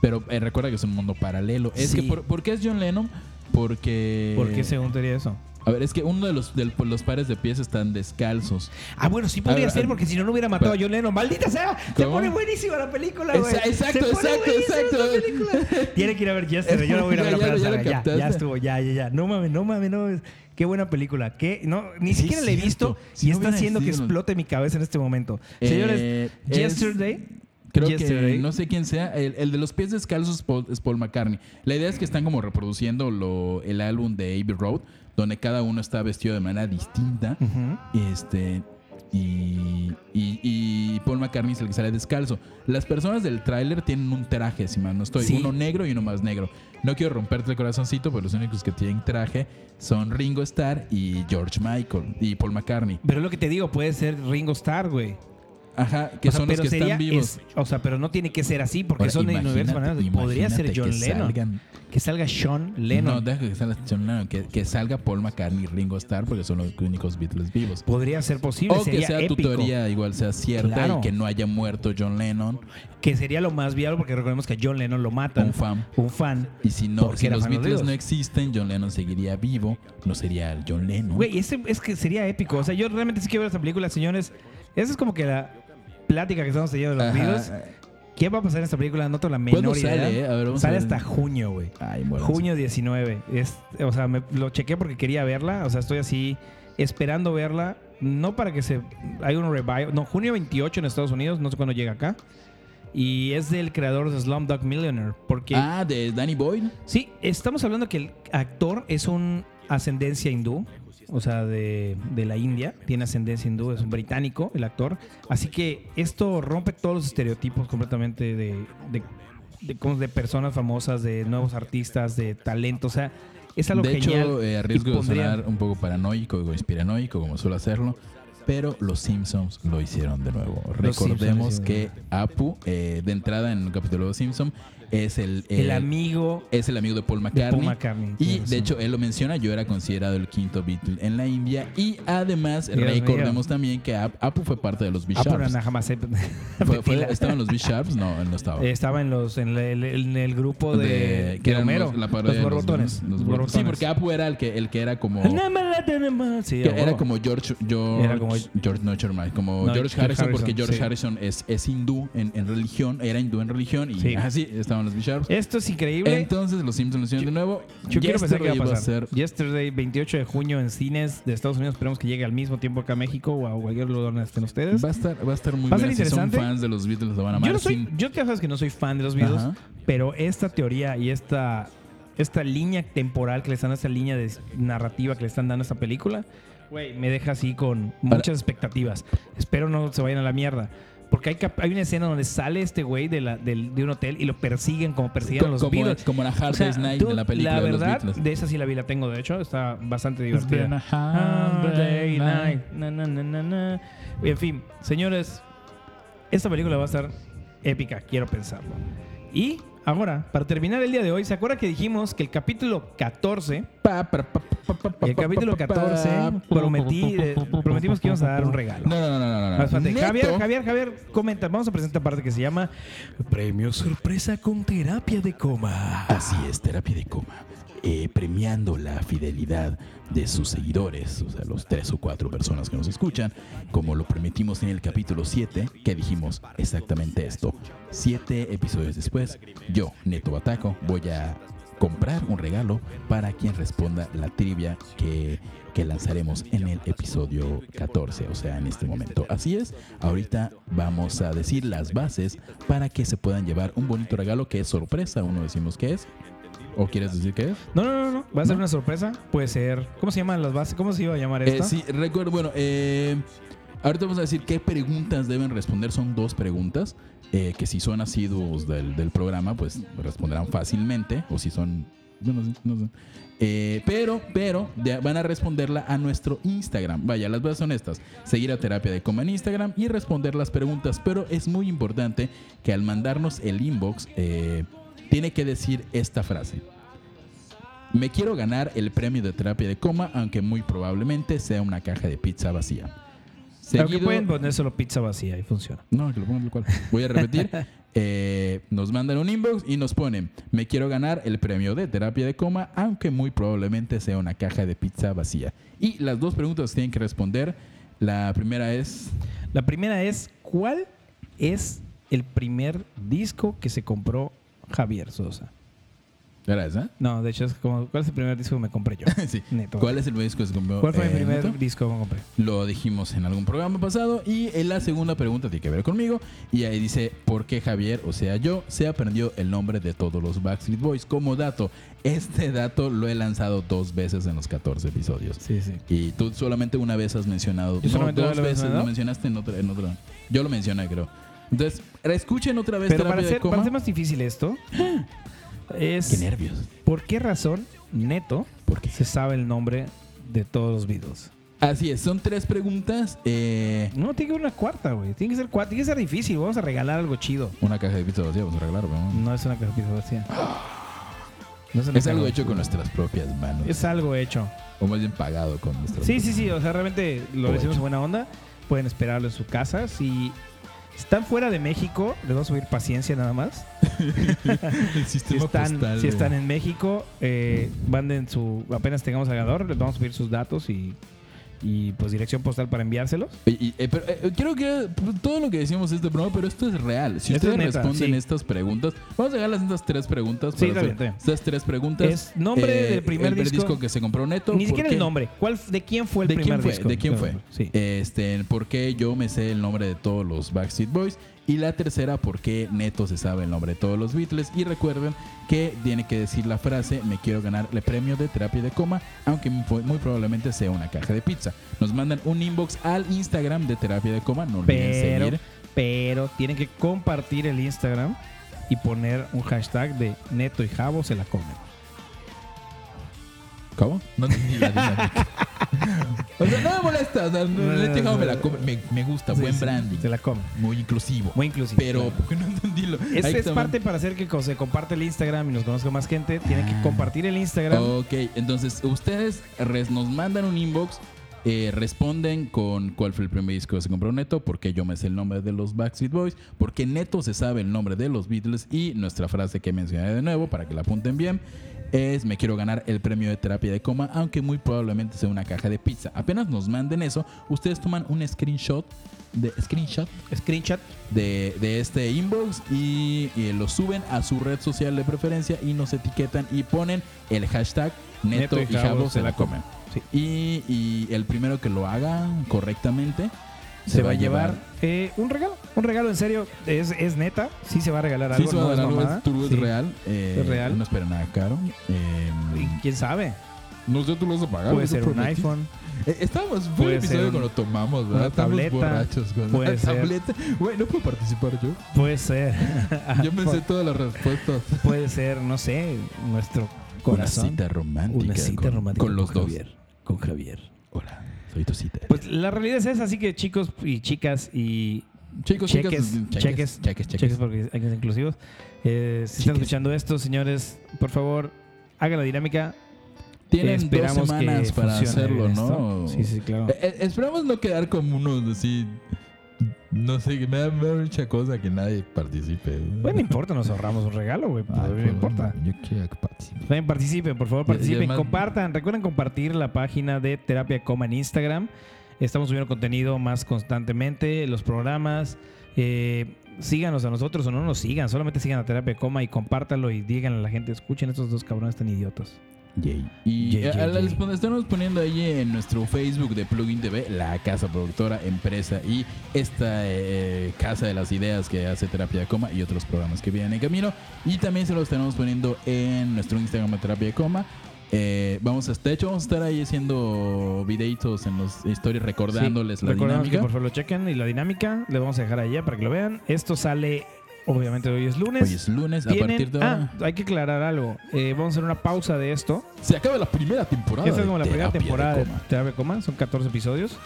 Pero eh, recuerda que es un mundo paralelo. Es Sí. que por, ¿por qué es John Lennon? Porque... ¿Por qué según teoría eso? A ver, es que uno de los, del- los pares de pies están descalzos. Ah, bueno, sí A podría ver, ser, a- porque si no, no hubiera matado a pero- John Lennon. ¡Maldita sea! Se ah. ¿Cómo? pone buenísima la película, Exa- güey. Se exacto, pone exacto, buenísima exacto. la película. (laughs) Tiene que ir a ver Yesterday. Yo la voy a ir a ver Ya, ya, ya apenas lo ahora. ya, ya, captaste. estuvo, ya, ya, ya. No mames, no mames, no mames. Qué buena película. Qué, no, ni Sí, siquiera es la he visto cierto. Si y no está hubiera haciendo que sido- explote mi cabeza en este momento. Eh, Señores, es- Yesterday. Creo Yesterday. que no sé quién sea. El, el de los pies descalzos es Paul, es Paul McCartney. La idea es que están como reproduciendo lo, el álbum de Abbey Road, donde cada uno está vestido de manera distinta. Ujú. Este. Y, y- y Paul McCartney es el que sale descalzo. Las personas del tráiler tienen un traje, si mal no estoy. Sí. Uno negro y uno más negro. No quiero romperte el corazoncito, pero los únicos que tienen traje son Ringo Starr y George Michael y Paul McCartney. Pero lo que te digo, puede ser Ringo Starr, güey. Ajá, que O sea, son los pero que sería- están vivos. es- o sea, pero no tiene que ser así, porque Ahora, son de imagínate- universos maneras. Podría ser imagínate John que Lennon. salgan- Que salga Sean Lennon. No, deja que salga John Lennon, que, que salga Paul McCartney y Ringo Starr, porque son los únicos Beatles vivos. Podría ser posible, O que sería sea épico. tu teoría igual sea cierta Claro. y que no haya muerto John Lennon, Que sería lo más viable porque recordemos que a John Lennon lo matan. un fan. Un fan. Y si no, Porque si era los fan de los Beatles no Beatles. existen, John Lennon seguiría vivo, no sería el John Lennon. Güey, ese es que sería épico. O sea, yo realmente sí quiero ver esta película, señores. Esa es como que la plática que estamos teniendo de los Ajá. Beatles. ¿Qué va a pasar en esta película? No tengo la ¿Cuándo menor idea. sale, eh? A ver, vamos a sale ver. hasta junio, güey. Ay, bueno. Junio 19. Es, o sea, me, lo chequé porque quería verla. O sea, estoy así esperando verla. No para que se... Hay un revive. No, junio 28 en Estados Unidos. No sé cuándo llega acá. Y es del creador de Slumdog Millionaire. Porque... Ah, de Danny Boyd. Sí, estamos hablando que el actor es un ascendencia hindú. O sea, de, de la India. Tiene ascendencia hindú. Es un británico el actor. Así que esto rompe todos los estereotipos completamente de, de, de, como de personas famosas, de nuevos artistas, de talento. O sea, es algo de genial. hecho, eh, y arriesgo de pondrían- sonar un poco paranoico o conspiranoico, como suelo hacerlo, pero los Simpsons lo hicieron de nuevo. Los Simpsons Recordemos lo hicieron que Apu, eh, de entrada en el capítulo de los Simpsons, es el, el, eh, amigo es el amigo de Paul de McCartney. Paul McCartney. Y Tienes de razón. hecho, él lo menciona, yo era considerado el quinto Beatle en la India. Y además, Dios recordemos también que Ap- Apu fue parte de los Ah, pero B-Sharps. nada, jamás se- Fue- fue- ¿Estaban los B-Sharps? No, él no estaba. (laughs) Estaba en los en, la- en el, grupo de, Oh. De- de eran Homero, los- la parodia los de borbotones. los los borbotones. Sí, borbotones. porque Apu era el que, el que era como... Sí, Que a era huevo. como George, George, Era como- George, no, George Michael, como No, George George Harrison, Harrison, porque George sí. Harrison es, es hindú en, en religión, era hindú en religión y Sí. así estaban los Bisharps. Esto es increíble. Entonces los Simpsons lo hicieron de nuevo. Yo quiero pensar qué Yesterday va a iba pasar. ser- Yesterday, 28 de junio en cines de Estados Unidos. Esperemos que llegue al mismo tiempo acá a México o a cualquier lugar donde estén ustedes. va a estar, va a estar muy Va a ser buena. Si son interesante. fans de los Beatles lo van a amar. Yo no soy, Sin- yo ya sabes que no soy fan de los videos, Ajá. pero esta teoría y esta esta línea temporal que le están dando, esta línea de narrativa que le están dando a esta película Güey, me deja así con muchas expectativas. Espero no se vayan a la mierda. Porque hay, cap- hay una escena donde sale este güey de, la- del- de un hotel y lo persiguen como persiguen a los como, Beatles. como la Hard O sea, Day's Night dude, de la película la de los verdad, Beatles. de esa sí la vi, la tengo, de hecho. Está bastante It's divertida. been a hard day's Ah, night. Na, na, na, na, na. En fin, señores, esta película va a estar épica, quiero pensarlo. Y ahora, para terminar el día de hoy, ¿se acuerda que dijimos que el capítulo 14, Pa, pa, pa, pa, pa, pa, el pa, capítulo pa, pa, pa. 14, prometí, eh, prometimos que íbamos a dar un regalo? No, no, no, no, no, Ah, no. espérate. Neto, Javier, Javier, Javier, comenta. Vamos a presentar parte que se llama Premio Sorpresa con Terapia de Coma. Así es, terapia de coma. eh, premiando la fidelidad de sus seguidores, o sea, los tres o cuatro personas que nos escuchan, como lo prometimos en el capítulo 7, que dijimos exactamente esto. Siete episodios después, yo, Neto Bataco, voy a comprar un regalo para quien responda la trivia que, que lanzaremos en el episodio 14, o sea, en este momento. Así es, ahorita vamos a decir las bases para que se puedan llevar un bonito regalo que es sorpresa, uno decimos que es. ¿O quieres decir qué es? No, no, no, no. Va a ser una sorpresa. Puede ser. ¿Cómo se llaman las bases? ¿Cómo se iba a llamar Eh, esto? sí, recuerdo, bueno, eh, ahorita vamos a decir qué preguntas deben responder. Son dos preguntas eh, que si son asiduos del, del programa, pues responderán fácilmente. O si son... yo no sé, no sé. Eh, pero, pero, de- van a responderla a nuestro Instagram. Vaya, las bases son estas. Seguir a Terapia de Coma en Instagram y responder las preguntas. Pero es muy importante que al mandarnos el inbox, eh, tiene que decir esta frase. Me quiero ganar el premio de terapia de coma, aunque muy probablemente sea una caja de pizza vacía. Aunque Seguido- pueden poner solo pizza vacía y funciona. No, que lo pongan tal cual. Voy a (laughs) repetir. Eh, nos mandan un inbox y nos ponen, me quiero ganar el premio de terapia de coma, aunque muy probablemente sea una caja de pizza vacía. Y las dos preguntas tienen que responder. La primera es, La primera es: ¿Cuál es el primer disco que se compró Javier Sosa? ¿era esa? No, de hecho, es como, ¿cuál es el primer disco que me compré yo? ¿eh? (laughs) Sí. Neto. ¿Cuál es el disco que se compró, ¿Cuál fue eh, el primer Neto? disco que me compré? Lo dijimos en algún programa pasado. Y en la segunda pregunta tiene que ver conmigo. Y ahí dice, ¿por qué Javier, o sea yo, se aprendió el nombre de todos los Backstreet Boys? Como dato, este dato lo he lanzado dos veces en los 14 episodios. Sí, sí. Y tú solamente una vez has mencionado. Yo solamente dos una vez lo he veces mencionado. lo mencionaste en otra, en otra. Yo lo mencioné, creo. Entonces, escuchen otra vez Pero Terapia para de ser, Coma. para ser más (gasps) difícil esto, Qué es. nervios. ¿Por qué razón Neto ¿Por qué? se sabe el nombre de todos los Beatles? Así es, son tres preguntas. eh, No, tiene que haber una cuarta, güey. Tiene que ser cuarta. Tiene que ser difícil. Vamos a regalar algo chido. una caja de pizza vacía, vamos a arreglar, ¿no? No es una caja (gasps) vacía. No una Es algo caja- hecho con nuestras propias manos. Es algo hecho. O más bien pagado con nuestro. Sí, sí, sí. O sea, realmente lo Todo hecho. decimos en buena onda. Pueden esperarlo en su casa. Si están fuera de México, les vamos a pedir paciencia nada más. (laughs) El Si sistema están, postal, si güey. están en México, eh, manden su. Apenas tengamos al ganador, les vamos a pedir sus datos y, y pues dirección postal para enviárselos. Y- y- eh, pero, eh, quiero que todo lo que decimos es de broma, pero esto es real. Si Esto es ustedes neta, responden sí. estas preguntas, vamos a dejarlas estas tres preguntas. Sí, para está hacer bien, está bien. Estas tres preguntas. Eh, Es nombre del primer el disco. que se compró neto. Ni ¿por siquiera qué? el nombre. ¿Cuál, ¿De quién fue el ¿De primer quién fue? disco? ¿De quién fue? Sí. Este, ¿Por qué yo me sé el nombre de todos los Backstreet Boys? Y la tercera, ¿por qué Neto se sabe el nombre de todos los Beatles? Y recuerden que tiene que decir la frase, me quiero ganar el premio de terapia de coma, aunque muy muy probablemente sea una caja de pizza. Nos mandan un inbox al Instagram de terapia de coma, no olviden Pero, seguir. pero tienen que compartir el Instagram y poner un hashtag de Neto y Javo se la comen. ¿Cómo? No entendí la (laughs) dinámica. o sea, no me molesta, o sea, no- No, Neto y Javo no, me la no. comen, me, me gusta, Sí, buen sí, branding, Se la comen. muy inclusivo. Muy inclusivo. pero, ¿por qué no entendí lo? Esta Ahí es también- parte para hacer que co- se comparte el Instagram y nos conozca más gente. Tienen que Ah. Oh, compartir el Instagram. Ok, entonces ustedes res- nos mandan un inbox, eh, responden con cuál fue el primer disco que se compró Neto, por qué yo me sé el nombre de los Backstreet Boys, por qué Neto se sabe el nombre de los Beatles y nuestra frase que mencioné de nuevo para que la apunten bien es me quiero ganar el premio de terapia de coma, aunque muy probablemente sea una caja de pizza. Apenas nos manden eso, ustedes toman un screenshot de screenshot Screenshot. de, de este inbox y, y lo suben a su red social de preferencia y nos etiquetan y ponen el hashtag Neto, y Jabo se la comen. Sí. Y, y el primero que lo haga correctamente Se, va a llevar eh, un regalo. Un regalo en serio. Es, es neta. Sí se va a regalar Sí, algo. se va a no dar es algo, mamada. es turbo, es Sí. real. eh, Es real. No espera nada caro. eh, Y ¿Quién sabe? No sé, tú lo vas a pagar. Puede eso ser un prometí. iPhone. Eh, Estábamos, fue Puede el episodio ser un- cuando tomamos, ¿verdad? una Estábamos tableta. borrachos. Con Puede ser. tableta. Güey, no puedo participar yo. Puede ser. (laughs) Ah, Yo me sé todas las respuestas. Puede ser, no sé, nuestro corazón. Una cita romántica. Una cita con, romántica Con los dos. Javier, con Javier. Hola, soy tu cita. Pues la realidad es esa, así que chicos y chicas y chicos, cheques, chicas, cheques, cheques, cheques porque hay que ser inclusivos. Eh, si están Chiques. escuchando esto, señores, por favor, hagan la dinámica. Tienen dos Esperamos que semanas para funcione hacerlo, esto. ¿no? Sí, sí, claro. Eh, eh, esperamos no quedar como unos así. No sé, me da, me da mucha cosa que nadie participe. Bueno, Pues no importa, nos ahorramos un regalo, güey. Ay, a mí me pues, importa. Yo quiero que participe. También participen, por Y- favor, y participen, además- compartan. Recuerden compartir la página de Terapia Coma en Instagram. Estamos subiendo contenido más constantemente, los programas. Eh, síganos a nosotros o no nos sigan, solamente sigan a Terapia Coma y compártanlo y díganle a la gente, escuchen estos dos cabrones tan idiotas. Yay. Y Yay, a- yay, a- les yay. pon- estamos poniendo ahí en nuestro Facebook de Plugin TV, la casa productora, empresa y esta eh, casa de las ideas que hace Terapia de Coma y otros programas que vienen en camino. Y también se los tenemos poniendo en nuestro Instagram de Terapia de Coma. Eh, vamos a, de hecho, vamos a estar ahí haciendo videitos en las historias recordándoles Sí, Pues la recordamos dinámica. que por favor lo chequen y la dinámica les vamos a dejar allá para que lo vean. Esto sale, obviamente hoy es lunes. Hoy es lunes, a Tienen- partir de ah, ahora. hay que aclarar algo. Eh, vamos a hacer una pausa de esto. Se acaba la primera temporada. Esta es Ah, de como la primera Terapia de temporada de Coma. Terapia Coma, son 14 episodios.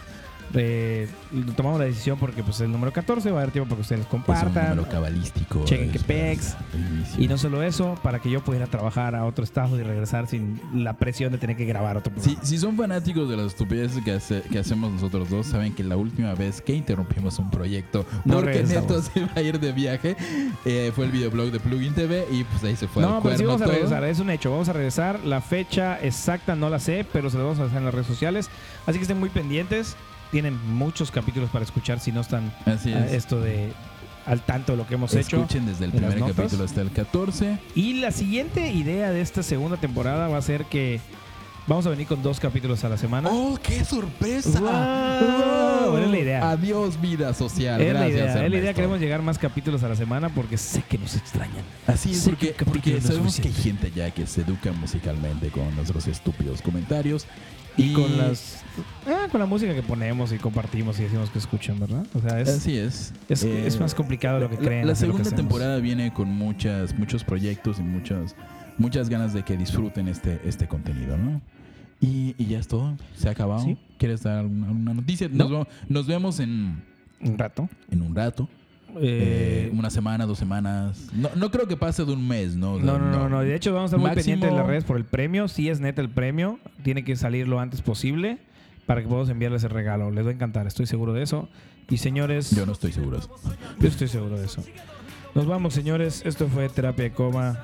Eh, tomamos la decisión porque pues el número 14 va a dar tiempo para que ustedes Es un compartan. número cabalístico. Chequen que Es- pex. inicio. Y no solo eso, para que yo pudiera trabajar a otro estado y regresar sin la presión de tener que grabar otro Si, programa. si son fanáticos de las estupideces que, hace- que hacemos nosotros dos, saben que la última vez que interrumpimos un proyecto No porque regresamos. Neto (laughs) se iba a ir de viaje, eh, fue el videoblog de Plugin TV y pues ahí se fue no, al pero sí cuerno vamos a todo. regresar, es un hecho. Vamos a regresar. La fecha exacta no la sé, pero se la vamos a hacer en las redes sociales. Así que estén muy pendientes. Tienen muchos capítulos para escuchar si no están Así a es. esto de al tanto de lo que Ah, hemos hecho. Escuchen desde el en las primer notas. capítulo hasta el 14. Y la siguiente idea de esta segunda temporada va a ser que vamos a venir con dos capítulos a la semana. ¡Oh, qué sorpresa! Wow, era la idea. Adiós, vida social. es la Ah, Gracias, idea, es la idea, Ernesto. queremos llegar más capítulos a la semana porque sé que nos extrañan. Así es, Sé que porque, un capítulo porque no es sabemos que hay suficiente. gente ya que se educa musicalmente con nuestros estúpidos comentarios. Y, con las ah, con la música que ponemos y compartimos y decimos que escuchan, ¿verdad? O sea, es, Así es. es, Eh, es más complicado de lo que la- creen. La, hacer lo que segunda hacemos. temporada viene con muchas, muchos proyectos y muchas, muchas ganas de que disfruten este, este contenido, ¿no? Y, y ya es todo. Se ha acabado. Sí. ¿Quieres dar alguna, alguna noticia? No. Nos, vemos, nos vemos en, Un rato. en un rato. Eh, Eh, una semana, dos semanas. No, no creo que pase de un mes, ¿no? O sea, no, no, no, no. De hecho, vamos a estar muy Máximo- pendientes de las redes por el premio. Si es neta el premio, tiene que salir lo antes posible para que podamos enviarles el regalo. Les va a encantar, estoy seguro de eso. Y señores, Yo no estoy seguro. Yo estoy seguro de eso. Nos vamos, señores. Esto fue Terapia de Coma.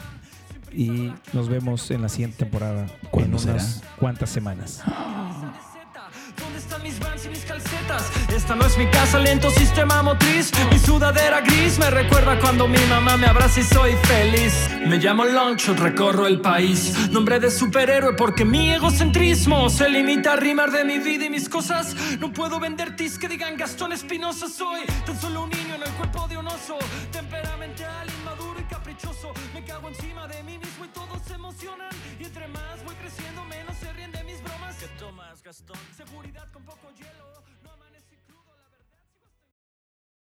Y nos vemos en la siguiente temporada. ¿Cuándo en unas cuantas semanas. ¿Dónde están mis vans y mis calcetas? Esta no es mi casa, lento sistema motriz. Mi sudadera gris me recuerda cuando mi mamá me abraza y soy feliz. Me llamo Longshot, recorro el país. Nombre de superhéroe porque mi egocentrismo se limita a rimar de mi vida y mis cosas. No puedo vender tis que digan Gastón Espinosa soy. Tan solo un niño en el cuerpo de un oso. Temperamental, inmaduro y caprichoso. Me cago encima de mí mismo y todos se emocionan. Y entre más voy creciendo, menos se ríen de mis bromas. ¿Qué tomas, Gastón? Seguridad con poco hielo.